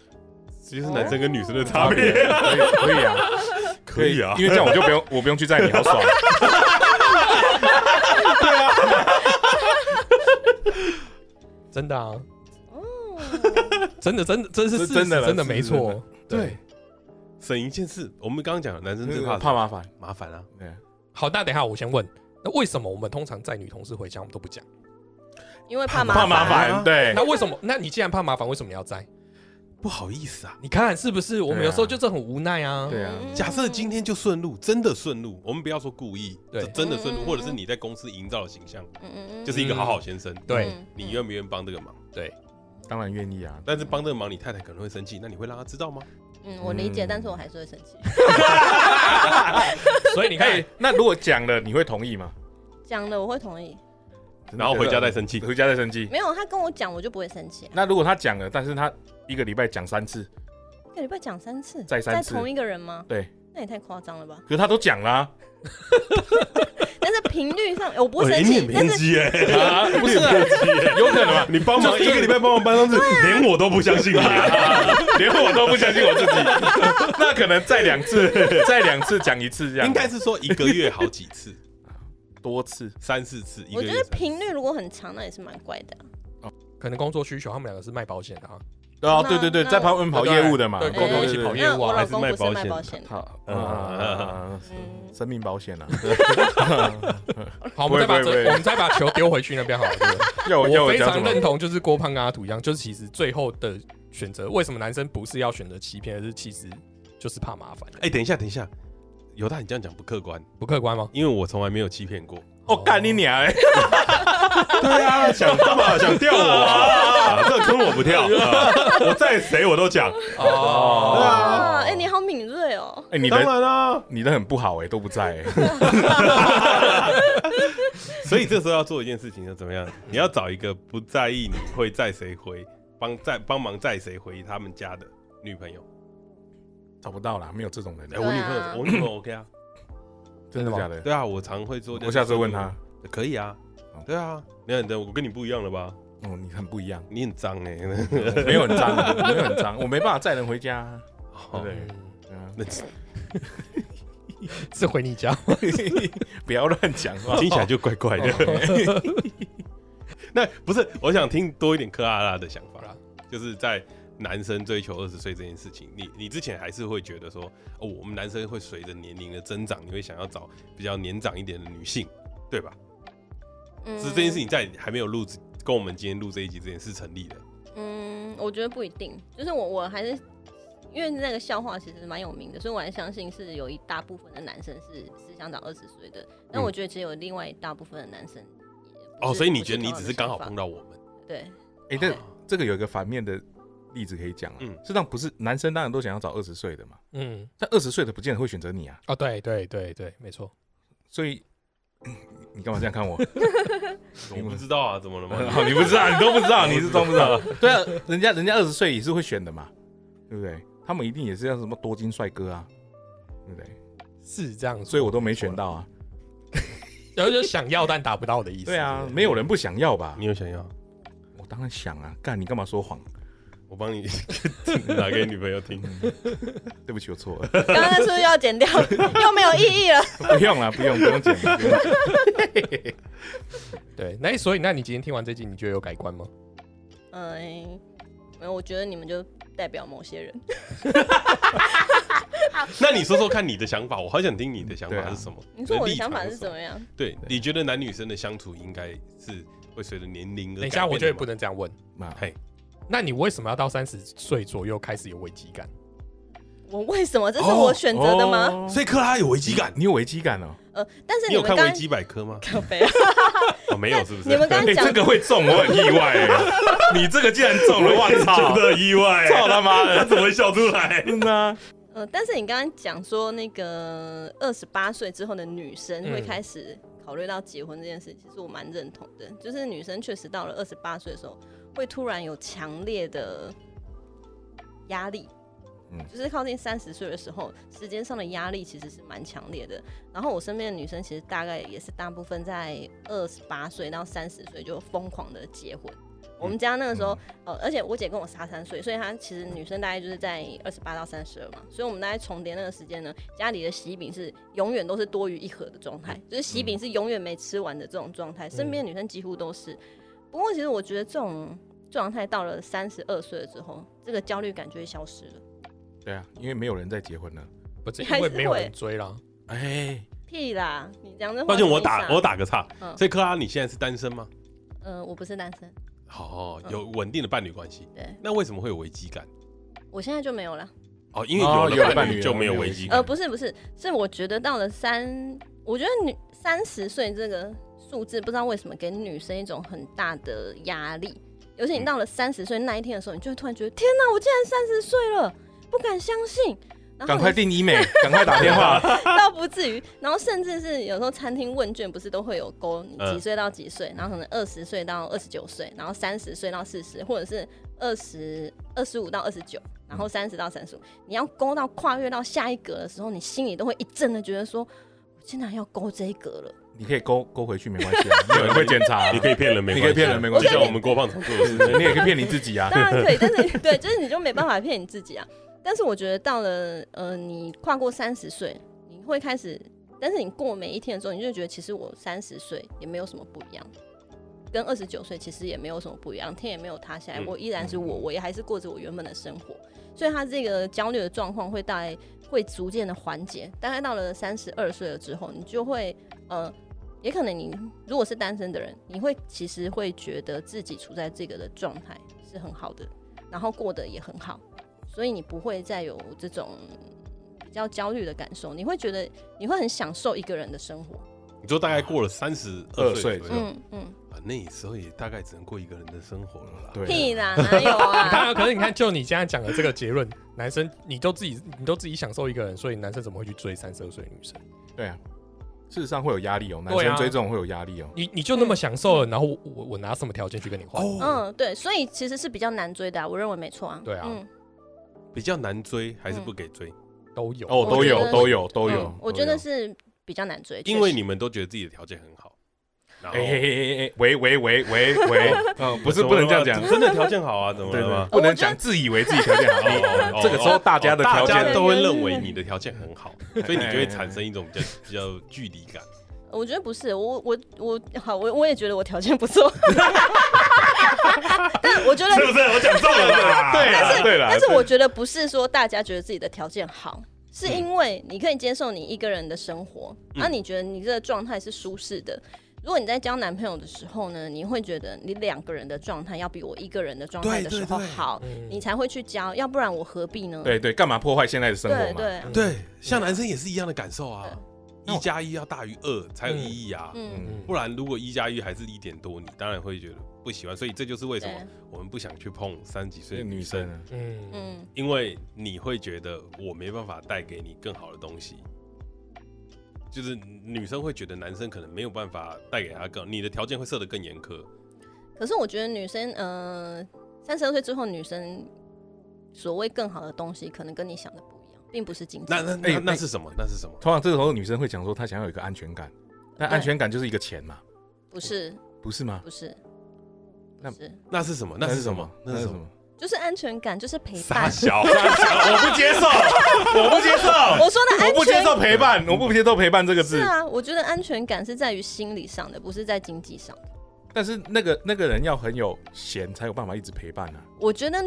E: 这就是男生跟女生的差别。
D: 可以可以啊，
E: 可以啊，
D: 因为这样我就不用， <laughs> 我不用去载你，好爽。
C: 真的啊，
B: 哦，
C: 真的真的这是
D: 是
C: 事
D: 真的
C: 实
D: 啦
C: 真的
D: 是
C: 没
D: 真的
C: 错，哦对。
E: 省一件事，我们刚刚讲了，男生最怕
D: 怕麻烦，
E: 麻烦啊。
D: 对，
C: 好，那等一下我先问，那为什么我们通常在女同事回家我们都不
D: <laughs>
C: 讲？
B: <laughs> 因为怕麻
D: 怕麻
B: 烦，嗯
D: 烦，对
C: 那为什么？那你既然怕麻烦，为什么你要在？
E: 不好意思啊，
C: 你看是不是？我们
D: 对啊
C: 有时候就是很无奈啊。
D: 对啊。
B: 嗯
E: 假设今天就顺路，真的顺路，我们不要说故意，
C: 对
E: 就真的顺
B: 嗯
E: 路，或者是你在公司营造的形象，
B: 嗯嗯嗯
E: 就是一个好好先生。
C: 对
B: 嗯
E: 你愿不愿意帮这个忙？
C: 对，
D: 当然愿意啊。
E: 但是帮这个忙，你太太可能会生气，那你会让她知道吗？
B: 嗯，我理解，
D: 嗯
B: 但是我还是会生气。
C: <laughs> 所以你
D: <laughs> 可
C: 看
D: 以，，那如果讲了，你会同意吗？
B: 讲了我会同意，
E: 然后回家再生气，
D: 回家再生气。
B: 没有他跟我讲我就不会生气啊。
D: 那如果他讲了，但是他一个礼拜讲三次，
B: 一个礼拜讲三次，
D: 再三次
B: 同一个人吗？
D: 对，
B: 那也太夸张了吧
D: 可？是他都讲了啊，
B: 但是频率上我不
E: 哦
B: 生
E: 你
B: 气
E: 很，
B: 但
E: 偏
B: 是
E: 激哎，
D: 啊不是啊，有可能啊，
E: <laughs> 你帮忙
D: 就是
E: 一个礼拜帮忙搬上去，连我都不相信你。啊
D: 连我都不相信我自己。 <laughs> 那可能再两次，再两次讲一次这样，
E: <laughs> 应该是说一个月好几
B: <laughs>
E: 次，
D: 多次。
E: 三四次，一
B: 我
E: 个
B: 觉
E: 月
B: 得
E: 三
B: 频率如果很长，那也是蛮怪的啊。
C: 可能工作需求，他们两个是卖保险的啊。
D: 哦，
B: 那
D: 对对对，
B: 那
D: 在旁边跑业务的嘛，
C: 对
B: 共同一起
C: 跑业
B: 嗯那
C: 务啊
B: 我
E: 还
B: 老
E: 是
B: 公
E: 卖
B: 不是
E: 保
B: 卖
E: 险
B: 保险的，
D: 好
E: 嗯
D: 啊，
B: 嗯，
D: <laughs> 生命保险啊，
C: 好，我们再把
D: 不会不会
C: 这，我们再把球丢回去那边好了。对不对
D: 要要
C: 我非
D: 讲什
C: 常认
D: 么？
C: 同，就是郭胖跟阿土一样，就是其实最后的选择，为什么男生不是要选择欺骗，而是其实就是怕麻烦，
E: <laughs> 哎，等一下，等一下，犹大，你这样讲不客观，
C: 不客观吗？
E: 因为我从来没有欺骗过。
D: 哦，干你娘！哎
E: <laughs> 对啊，想干嘛？想钓我啊？这个坑我不
D: <laughs>
E: 跳，啊我在谁我都讲。
C: 哦，
B: 哇，哎，你好敏锐哦，
D: 哎，你
E: 当
D: 的
E: 然啊啦、
D: 你的很不好哎，都不在哎。
E: <laughs> 所以这时候要做一件事情，就怎么 <laughs> 样？你要找一个不在意你会载谁回，帮载帮忙载谁回他们家的女朋友。
D: <laughs> 找不到啦，没有这种人
E: 哎、
D: 的，
E: 我女朋友，我女朋友 OK 啊？
D: 真的假的？
E: <coughs> 对啊，我常会做。
D: 我下次问他，，
E: 可以啊
D: 哦。
E: 对啊，你看，我跟你不一样了吧？
D: 嗯，你很不一
E: <laughs>
D: 样，
E: 你很脏哎、
D: 没有很脏，哦
E: <laughs>
D: 没有很脏，我没办法载人回家啊，对不
E: 哦
D: 对？嗯
E: 那
C: <laughs> 是回你家吗？
D: <laughs> 不要乱讲话。
E: 听起来就怪怪的。 <laughs> 那不是，我想听多一点克拉拉的想法啦，就是在男生追求二十岁这件事情，你你之前还是会觉得说，哦，我们男生会随着年龄的增长，你会想要找比较年长一点的女性，对吧？
B: 嗯
E: 只是这件事情在你还没有录之跟我们今天录这一集之前是成立的。
B: 嗯，我觉得不一定，就是我我还是因为那个笑话其实蛮有名的，所以我还相信是有一大部分的男生是是想长二十岁的，但
E: 嗯
B: 我觉得只有另外一大部分的男生也不
E: 哦，
B: 是
E: 所以
B: 不
E: 你觉得你
B: 同样
E: 只
B: 的
E: 是刚好
B: 想法
E: 碰到我们，
B: 对，
D: 哎、但这个有一个反面的例子可以讲啊，
E: 嗯
D: 事实上不是男生当然都想要找二十岁的嘛，
C: <laughs> 嗯，
D: 但二十岁的不见得会选择你啊，
C: 哦，对对对对，没错。
D: 所以嗯你干嘛这样看我？
E: 我不知道啊，怎么了
D: 哦
E: 吗？
D: 你不知道，你都不知道，你是都不知道。 <laughs> 对啊，人家人家二十岁也是会选的嘛，对不对？他们一定也是要什么多金帅哥啊，对不对？
C: 是这样说，
D: 所以我都没选到啊。
C: 然后就想要但达不到的意思。
D: 对啊
C: 是，不是
D: 没有人不想要吧
E: <laughs> 你？有想要？
D: 我当然想啊，干你干嘛说谎？
E: 我帮你 <laughs> 打给女朋友听。
D: 嗯 <laughs> 对不起，我错了。 <laughs>
B: <laughs> 刚刚那是不是要
E: <laughs>
B: 剪掉？又没有意义了。
D: 不用了，不用，不用剪，不用剪。
C: 对。那所以，那你今天听完这集，你觉得有改观吗？
B: 嗯，没有，我觉得你们就代表某些人。
E: 那你说说看你的想法，我好想听你的想
D: 对
E: 法
D: 啊
E: 是什么？
B: 你说我的想法是
E: 你的立场
B: 怎么样？
E: 对，你觉得男女生的相处应该是会随着年龄而
C: 等一
E: 改
C: 下，
E: 变
C: 我觉得
E: 的
C: 不
E: 吗
C: 能这样问。
D: 那
E: 嘿，
C: 那你为什么要到三十岁左右开始有危机感？
B: 我为什么？这是我选择的吗？
D: 哦
E: 所以克拉有危机感。
D: 你有危机感哦？
B: 呃，但是嗯你
E: 你有
B: 们
E: 看
B: 刚
E: 维基
B: <laughs>
E: 百科吗？
B: 靠
E: <laughs>
B: 背啊，
E: 哦，没有，是不是？
B: 你们
E: <laughs>
B: 刚
D: 哎，
B: 讲
D: 这个会中，我很意外欸。你这个竟然中 <laughs> 了，我操！
E: 的意 <laughs> 外
D: 操欸 <laughs> 他妈的，
E: 怎么会笑出来？
D: 真的啊？
B: 呃，但是你刚刚讲说那个二十八岁之后的女生会
C: 嗯
B: 开始考虑到结婚这件事，其实我蛮认同的。就是女生确实到了二十八岁的时候，会突然有强烈的压力。
D: 嗯
B: 就是靠近三十岁的时候，时间上的压力其实是蛮强烈的。然后我身边的女生其实大概也是大部分在二十八岁到三十岁就疯狂的结婚。我们家那个时候，呃，而且我姐跟我差三岁，所以她其实女生大概就是在二十八到三十二嘛，所以我们大概重叠那个时间呢，家里的喜饼是永远都是多余一盒的状态，就是喜饼是永远没吃完的这种状态，身边的女生几乎都是。不过其实我觉得这种状态到了三十二岁了之后，这个焦虑感就会消失了。
D: 对啊，因为没有人在结婚了。
C: 不是
B: 你
C: 因
B: 还是
C: 为没有
B: 会
C: 人追啦。
D: 哎，
B: 屁啦，你讲这话
E: <laughs> 抱歉，
B: 没
E: 我
B: 意 <laughs>
E: 打
B: 思啊
E: 我，打个岔。
B: 嗯
E: 所以克拉，你现在是单身吗？
B: 呃，我不是单身，
E: 哦，
B: 嗯
E: 有稳定的伴侣关系。
B: 对
E: 那为什么会有危机感？
B: 我现在就没有了。
E: 哦，因为
D: 哦
E: 有
D: 有
E: 了
D: 了
E: 伴
D: 伴
E: 侣
D: 侣
E: 就没有
D: 有
E: 危
D: 危
E: 机
D: 机
E: 感。
B: 呃，不是不是，是我觉得到了三，我觉得女三十岁这个数字，不知道为什么给女生一种很大的压力。尤其你到了三十岁那一天的时候，你就会突然觉得，天哪，我竟然三十岁了，不敢相信。然后
D: 赶
B: 你
D: 快订医美，赶快打电话。
B: 倒不至于。然后甚至是有时候餐厅问卷不是都会有勾你
E: 嗯
B: 几岁到几岁，然后可能二十岁到二十九岁，然后三十岁到四十，或者是二十二十五到二十九，然后三十到三十五。你要勾到跨越到下一格的时候，你心里都会一阵的觉得说，我竟然要勾这一格了。
D: 你可以勾勾回去，没关系啊， <laughs> 没有人会检查。
E: 你可以骗人，没关系啊
D: 你可以骗人没关
B: 系
E: 就像我们郭胖常做的事。
D: 对你也可以骗你自己啊。
B: 当然可以，但是对，就是你就没办法骗你自己啊。但是我觉得到了呃，你跨过三十岁，你会开始，但是你过每一天的时候，你就觉得其实我三十岁也没有什么不一样，跟二十九岁其实也没有什么不一样，天也没有塌下来，
E: 嗯
B: 我依然是我，我也还是过着我原本的生活。所以他这个焦虑的状况会大概会逐渐的缓解，大概到了三十二岁了之后，你就会呃，也可能你如果是单身的人，你会其实会觉得自己处在这个的状态是很好的，然后过得也很好，所以你不会再有这种比较焦虑的感受，你会觉得你会很享受一个人的生活。
E: 你说大概过了三十二
D: 二岁
E: 岁左右，
B: 嗯嗯，
E: 啊那时候也大概只能过一个人的生活了啦。
D: 对啊
B: 屁
D: <laughs>
B: 啦，哪有
C: <laughs> 你看啊，
B: 啊？
C: 可是你看，就你现在讲的这个结论，男生你都自己你都自己享受一个人，所以男生怎么会去追三十二岁的女生？
D: 对啊，事实上会有压力哦，男
C: 对啊
D: 生追这种会有压力哦。
C: 你你就那么享受了，然后我我我拿什么条件去跟你换？
E: 哦，
B: 嗯，对，所以其实是比较难追的、啊，我认为没错啊。
C: 对啊
B: 嗯，
E: 比较难追还是不给追？
C: 都有
D: 哦，都
B: 我觉
D: 有，
B: 得
D: 都有，都
B: 嗯
D: 有。
B: 我觉得
D: 都有
B: 是比较难追，
E: 因为
B: 确实
E: 你们都觉得自己的条件很好，然后
D: 哎哎哎哎，喂喂喂喂喂， <laughs> 嗯，不是
E: 怎么
D: 不
E: 了
D: 能这样
E: 吗
D: 讲，
E: <laughs> 真的条件好啊，怎么
D: 对
E: 了
D: 对，
E: 吗？
D: 不
B: 我
D: 能
B: 觉得
D: 讲自以为自己条件好，
E: 哦
D: 这个时候大家的条
E: 大家
D: 件
E: 都会认为你的条件很好，所以你就会
D: 哎
E: 产生一种比较比较距离感。
B: 我觉得不是，我我我好，我我也觉得我条件不错， <laughs> 但我觉得，
E: 不是？我讲中了啦
D: 对
B: 但
D: 啦
B: 是
D: 对啦，
B: 但是我觉得不是说大家觉得自己的条件好，是因为你可以接受你一个人的生活，那、你觉得你这个状态是舒适的。如果你在交男朋友的时候呢，你会觉得你两个人的状态要比我一个人的状态
E: 对
B: 的
E: 对
B: 时候
E: 对
B: 好，你才会去交，要不然我何必呢？
D: 对对，干嘛破坏现在的生活
B: 对
D: 嘛？
B: 对，
E: 对，像男生也是一样的感受啊，
C: 对
E: 一加一要大于二才有意义啊。
B: 嗯，
D: 嗯，
E: 不然，如果一加一还是一点多，你当然会觉得不喜欢。所以这就是为什
B: 对
E: 么我们不想去碰三十几岁
D: 这
E: 的
D: 女
E: 女
D: 生
E: 生，
D: 啊，
C: 嗯嗯，
B: 嗯，
E: 因为你会觉得我没办法带给你更好的东西。就是女生会觉得男生可能没有办法带给她更，你的条件会设得更严苛。
B: 可是我觉得女生，呃，三十二岁之后，女生所谓更好的东西，可能跟你想的不一样，并不是经济。
E: 那那
D: 哎
E: 那那
D: 哎
E: 是什么？那是什么？
D: 通常这个时候女生会讲说她想要有一个安全感，但安全感就是一个钱嘛，
B: 不是，
D: 不是吗？
B: 不是，
D: 那
B: 不是，
E: 那是什么？
D: 那
E: 那
D: 是
E: 是
D: 什
E: 什
D: 么
E: 么？？
D: 那是什？么？
B: 就是安全感，就是陪
E: 傻
B: 伴。
E: 小，
D: <laughs> 我不接受，我不接受，
B: <laughs> 我说的
D: 我
B: 安
D: 不接
B: 全
D: 受陪伴，我不接受陪伴这个
B: 是
D: 字。
B: 啊，我觉得安全感是在于心理上的，不是在经济上的。
D: 但是那个那个人要很有闲才有办法一直陪伴啊。
B: 我觉得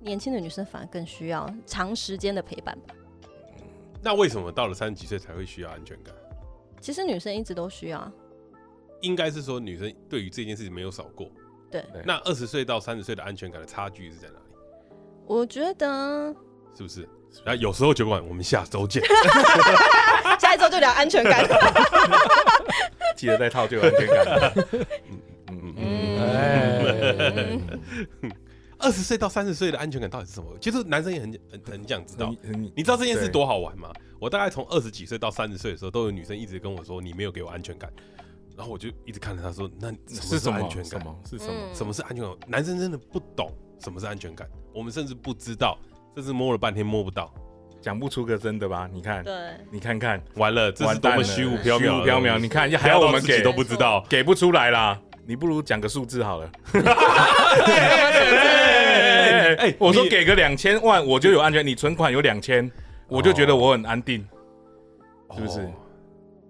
B: 年轻的女生反而更需要长时间的陪伴吧。
E: 那为什么到了三十几岁才会需要安全感？
B: 其实女生一直都需要啊，
E: 应该是说女生对于这件事情没有少过。
B: 对
D: 对
E: 那二十岁到三十岁的安全感的差距是在哪里？
B: 我觉
E: <laughs>
B: 得
E: 是不是？然后有时候酒馆，我们下周
D: <laughs>
E: 见。
B: 下一周就聊安全
E: <laughs>
B: 感。
D: 记得带套就有安全 <laughs> 感。嗯嗯嗯，
B: 嗯，
C: 哎，
E: 二十岁到三十岁的安全感到底是什么？其实男生也很很很想知道。
D: 嗯你
E: 你知道这件事多好玩吗？我大概从二十几岁到三十岁的时候，都有女生一直跟我说：“你没有给我安全感。”然后我就一直看着她说：“那
D: 是
E: 什
D: 什么
E: 么是安全感？
D: 什么是什么？
B: 嗯
E: 什么是安全感？男生真的不懂什么是安全感，我们甚至不知道，甚至摸了半天摸不到。
D: 讲不出个真的吧？你看，
B: 对，
D: 你看看，
E: 完了，这是
D: 完
E: 多
D: 蛋
E: 么
D: 了
E: 虚无缥缈的东西，
D: 虚无缥缈。你看，还
E: <laughs> 还
D: 要
E: 要
D: 我
E: 我
D: 们
E: 们
D: 给
E: 给都不知道。
D: 给不出来啦。你不如讲个数字好了。 <laughs>
E: 哎
D: 哎，我说
E: 你
D: 给个两千万，我就有安全。你存款有两千，我就觉得我很安定。是不是
E: 哦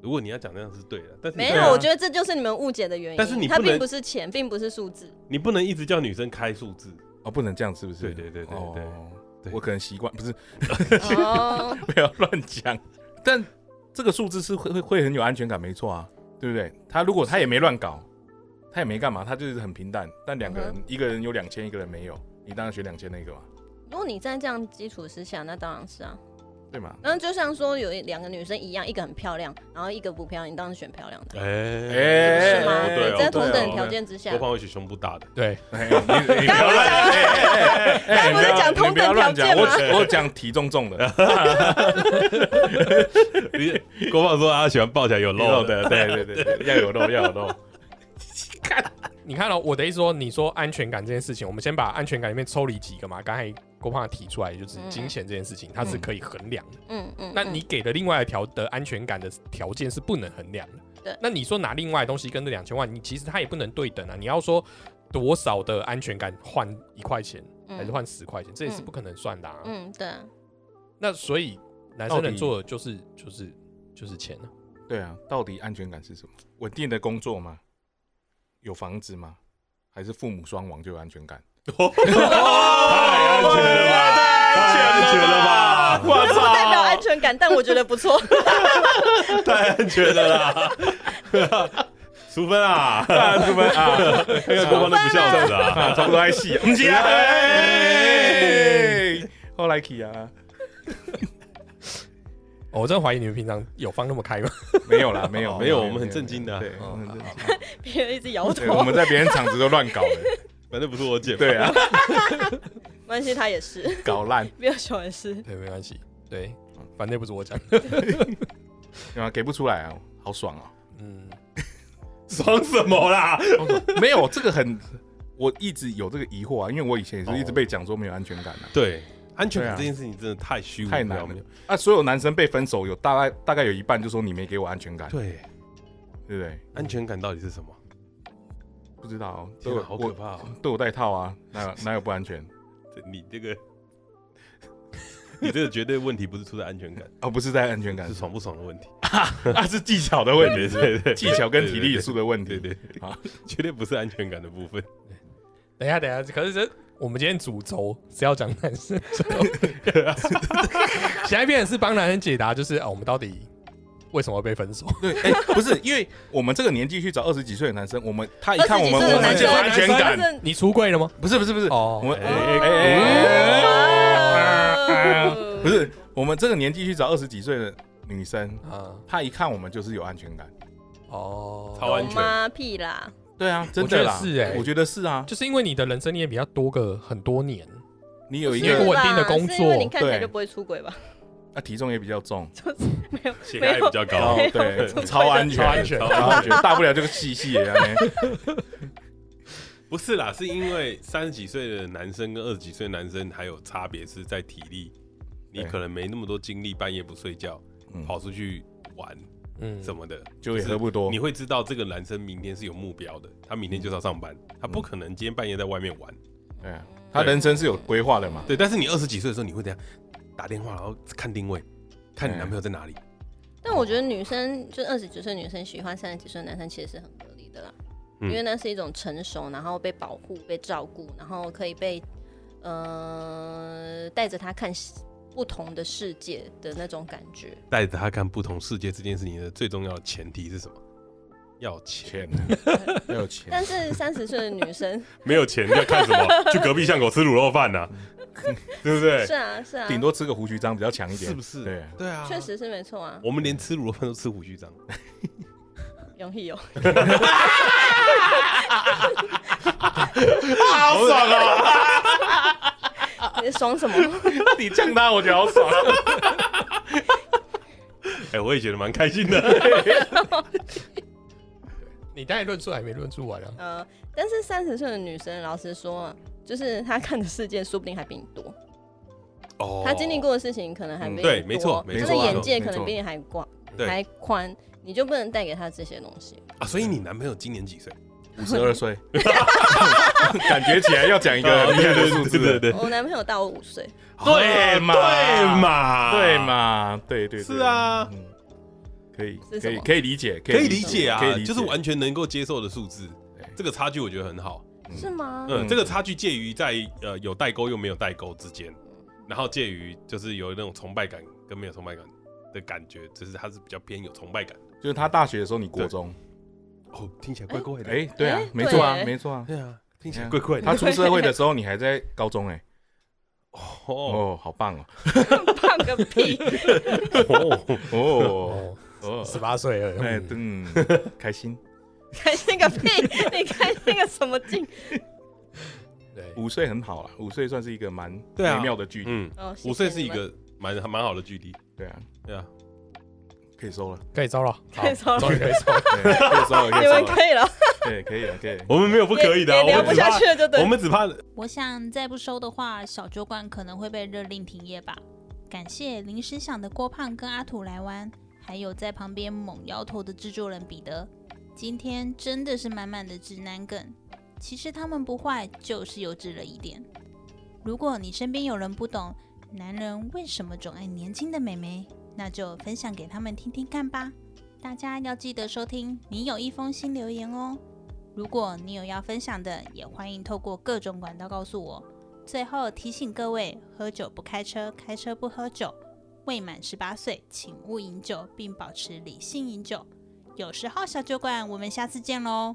E: 如果你要讲那样是对的，但是你
B: 没
E: 不
B: 有，
E: 能
D: 啊
B: 我觉得这就是你们误解的原因。
E: 但是你不
B: 它
E: 能
B: 并不是钱，并不是数
E: <laughs>
B: 字。
E: 你不能一直叫女生开数字。
D: 哦，不能这样，是不是？
E: 对对对对对
D: 哦
E: 对
D: 我可能习惯，不是
B: 哦，
D: <laughs> 不要乱讲。但这个数字是会会会很有安全感，没错啊，对不对？他如果他也没乱搞，他也没干嘛，他就是很平淡。但两个
B: 嗯
D: 人，一个人有两千，一个人没有，你当然选两千那个嘛，
B: 如果你在这样基础之下，那当然是啊。
D: 对吗？
B: 那就像说有一两个女生一样，一个很漂亮，然后一个不漂亮，你当然选漂亮的，
E: 哎
D: 哎
B: 是吗？
D: 哎
E: 对
D: 哦
E: 哦，
B: 在
E: 对
B: 同
E: 哦
B: 等条。件之下
E: 我，朋友胸部大的，
C: 对，
D: 哎你你不要乱，哎哎哎
B: 刚
D: 哎
B: 刚不是
D: 你要
B: 讲同等
D: 你不要乱讲
B: 条件吗
D: 我只我讲体
B: <laughs>
D: 重重的，
E: 郭胖说他喜欢抱起来有
D: 肉
E: 肉的，
D: 的，对
E: <laughs>
D: 对
B: <laughs>
D: 对对，要有肉，要有肉。
C: 你看了、哦我的意思说，你说安全感这件事情，我们先把安全感里面抽离几个嘛。刚才郭胖提出来，就是
B: 嗯
C: 金钱这件事情，它是可以衡量的。
B: 嗯嗯，
C: 那你给的另外一条的安全感的条件是不能衡量的。
B: 对
C: 那你说拿另外的东西跟这两千万，你其实它也不能对等啊。你要说多少的安全感换一块钱，还是
B: 嗯
C: 换十块钱，这也是不可能算的啊。
B: 嗯对啊，
C: 那所以男生
D: 到
C: 能
D: 底
C: 做的就是就是就是钱啊。
D: 对啊，到底安全感是什么？稳定的工作吗？有房子吗？还是父母双亡就有安全感？ <laughs>
E: 哦太安全了吧，太安全了吧，
D: 我
B: 不代表安全感，但我觉得不错。
E: 太安全了啦。 <laughs> 淑芬啊，
D: 啊，什么啊？
E: 那个郭胖都不孝顺啊。
D: 啊，差不多爱戏啊，不是啊，哎后来去啊，
C: 哦我真的怀疑你们平常有放那么开吗？
D: 没有哦啦，没有，
E: 没有我们很震惊的啊
D: 对，
C: 哦
D: 我们很震惊
B: 别人一直摇
D: 对我
B: 头，
D: 们在别人场子都乱搞的，
E: 反正不是我
D: <laughs>
E: 姐，
D: 对，啊，
B: 没关系，他也是，
D: 搞烂，
B: 没有喜欢是。
C: <laughs> 对，没关系，对，反正又不是我讲。
D: 对啊，给不出来啊，好爽啊！
C: 嗯，
E: 爽什么啦？
D: <laughs> 没有这个很，我一直有这个疑惑啊，因为我以前也是一直被讲说没有安全感啊。
E: 对，安全
D: 对啊
E: 感这件事情真的太虚无
D: 太
E: 缥
D: 难了
E: 缈。
D: 啊，所有男生被分手有大概大概有一半就说你没给我安全感，啊
E: 对，
D: 对不对？
E: 安全感到底是什么？
D: 不知道哦，对
E: 天啊
D: 我
E: 好可
D: 我
E: 怕哦！
D: 对我戴套啊，哪有哪有不安全？
E: 这你这个， <laughs> 你这个绝对问题不是出在安全感，
D: 哦，不是戴安全感
E: 是，爽不爽的问 <laughs> 题。
D: 啊是技巧的问
E: 对
D: 题，
E: 对对，
D: 技巧跟体力素的问
E: 对，
D: 题。
E: 对对
D: 好
E: 啊， <laughs> 绝对不是安全感的部分。
C: 等一下，等一下，可是这我们今天主轴是要讲男生主轴，下一篇是帮男人解答，就是啊，我们到底为什么会被分手？
D: 对，哎、不是，因为我们这个年纪去找二十几岁的男生，我们他一看我们，
B: 20几岁的
D: 我们
B: 男
D: 就有
B: 生
D: 安全
B: 反
D: 感。
B: 正
C: 你出柜了吗？
D: 不是不是不是，
C: 哦
D: 我们
E: 哎
D: 哎哎哎
B: 哦
D: 哎不是，我们这个年纪去找二十几岁的女生，
C: 啊，
D: 她一看我们就是有安全感。
C: 哦，
E: 超安
B: 有吗？屁啦！
D: 对啊，真的
C: 我
D: 啦，
C: 觉得是哎
D: 我觉得是啊，
C: 就是因为你的人生你也比较多个很多年，
D: 你有一
C: 因为
D: 个
C: 我稳定的工作
B: 是因为你看起来
D: 对
B: 就不会出轨吧？
D: 啊，体重也比较重，
B: 就是没有
E: 血
B: 没
E: 压也
B: 有
E: 比较
D: 然
E: 高
D: 后，
B: 没有
D: 对，
B: 出
D: 超安全，
C: 超安全
D: 超安全，大不了就是细细的啊。
E: 不是啦，是因为三十几岁的男生跟二十几岁的男生还有差别是在体力，你
D: 对
E: 可能没那么多精力，半夜不睡觉
D: 嗯
E: 跑出去玩
C: 嗯，
E: 什么的，
D: 酒也喝不多
E: 你，会知道这个男生明天是有目标的，他明天就是要上班，他不可能今天半夜在外面玩。
D: 对啊，他人生是有规划的嘛。
E: 对，但是你二十几岁的时候，你会怎样？打电话然后看定位，看你男朋友在哪里。
B: 但我觉得女生就二十几岁女生喜欢三十几岁的男生，其实是很合理的啦，
E: 嗯
B: 因为那是一种成熟，然后被保护、被照顾，然后可以被呃带着他看不同的世界的那种感觉。
E: 带着他看不同世界这件事情的最重要的前提是什么？要钱，
D: 钱，啊要有钱，
B: 但是三十岁的女生，
E: 没有钱要看什 <laughs> 么？去隔壁巷口吃卤肉饭 <laughs> 呐、对不对
B: 是？啊是啊，
D: 顶多吃个胡须章比较强一点，
E: 是不是？
D: 对啊，
E: 对啊，
B: 确实是没错啊，
E: 我们连吃卤肉饭都吃胡须章，
B: 容易有。
D: 好爽哦！
B: 你在爽什么？ <laughs>
D: 你呛他，我觉得好爽。啊
E: 哎、我也觉得蛮开心的。
C: 你刚才论述还没论述完啊？
B: 呃，但是三十岁的女生，老实说啊，就是她看的世界说不定还比你多，
E: <laughs> 哦
B: 她经历过的事情可能还比
D: 嗯
B: 你多，
E: 对没错没
B: 她
E: 错
B: 的眼
E: 没
B: 界
D: 错
B: 可能比你还广，
E: 对
B: 还宽，你就不能带给她这些东西。
E: 啊，所以你男朋友今年几岁？
D: 五十二岁， <laughs> 感觉起来要讲一个很厉害的数字
E: 对
D: 了，
E: 对对
B: 哦我男朋友大我五岁，
D: 对嘛
E: 哦对嘛，
D: 对？嘛？对对，对
E: 是啊，
D: 嗯可以，
B: 是
D: 可
B: 什
D: 以，
B: 么
D: 可以理解，
E: 可以理解
D: 可以
E: 啊，
D: 理解，
E: 就是完全能够接受的数字
D: 对，
E: 这个差距我觉得很好。
D: 嗯
B: 是吗？ <laughs>
E: 嗯，
D: 嗯
E: 这个差距介于在呃有代沟又没有代沟之间，然后介于就是有那种崇拜感跟没有崇拜感的感觉，就是他是比较偏有崇拜感。
D: 就是他大学的时候，你国中，
E: 哦，听起来怪怪的。
D: 哎，对啊
B: 哎，
D: 没错啊，
B: 对
D: 没错啊。
E: 对啊，听起来
D: 嗯
E: 怪怪的
D: 他。出社会的时候，你还在高中哎，
E: 哦
D: 哦，好棒哦，
B: 胖个
E: <laughs>
B: 屁！
E: 哦，
D: 哦
C: 哦，
D: 哦， <laughs>
C: 十八岁了，
D: 哎，
C: 嗯
D: 嗯，开心，
B: 开心个屁！你开心个什么劲？
C: 对，
D: 五岁很好啦，啊五岁算是一个蛮
E: 对啊
D: 美妙的距离，
E: 嗯，
B: 哦，谢谢
E: 五岁是一
B: 你们
E: 个蛮蛮好的距离。
D: 对啊，
E: 对啊，
D: 可以收了，
C: 可以招了，
B: <laughs>
C: 好
B: 可以收了
C: 终于可以收了。
D: 对可以收了，可
B: <laughs> 你
D: 以收
B: 们
D: 了，
B: 可以了，
D: 对，可以了，可以。
E: <laughs> 我们没有不可以的啊，
B: 也也聊
E: 我
B: 不
E: 们只
B: 下
E: 怕
B: 去了，就对
E: 我
B: 了。
E: 们只怕
A: 我想再不收的话，小酒馆可能会被勒令停业吧。感谢临时想的郭胖跟阿土来玩，还有在旁边猛摇头的制作人彼得。今天真的是满满的直男梗。其实他们不坏，就是幼稚了一点。如果你身边有人不懂男人为什么总爱年轻的美眉，那就分享给他们听听看吧。大家要记得收听，你有一封新留言哦。如果你有要分享的，也欢迎透过各种管道告诉我。最后提醒各位：喝酒不开车，开车不喝酒。未满十八岁，请勿饮酒，并保持理性饮酒。有时候小酒馆，我们下次见喽。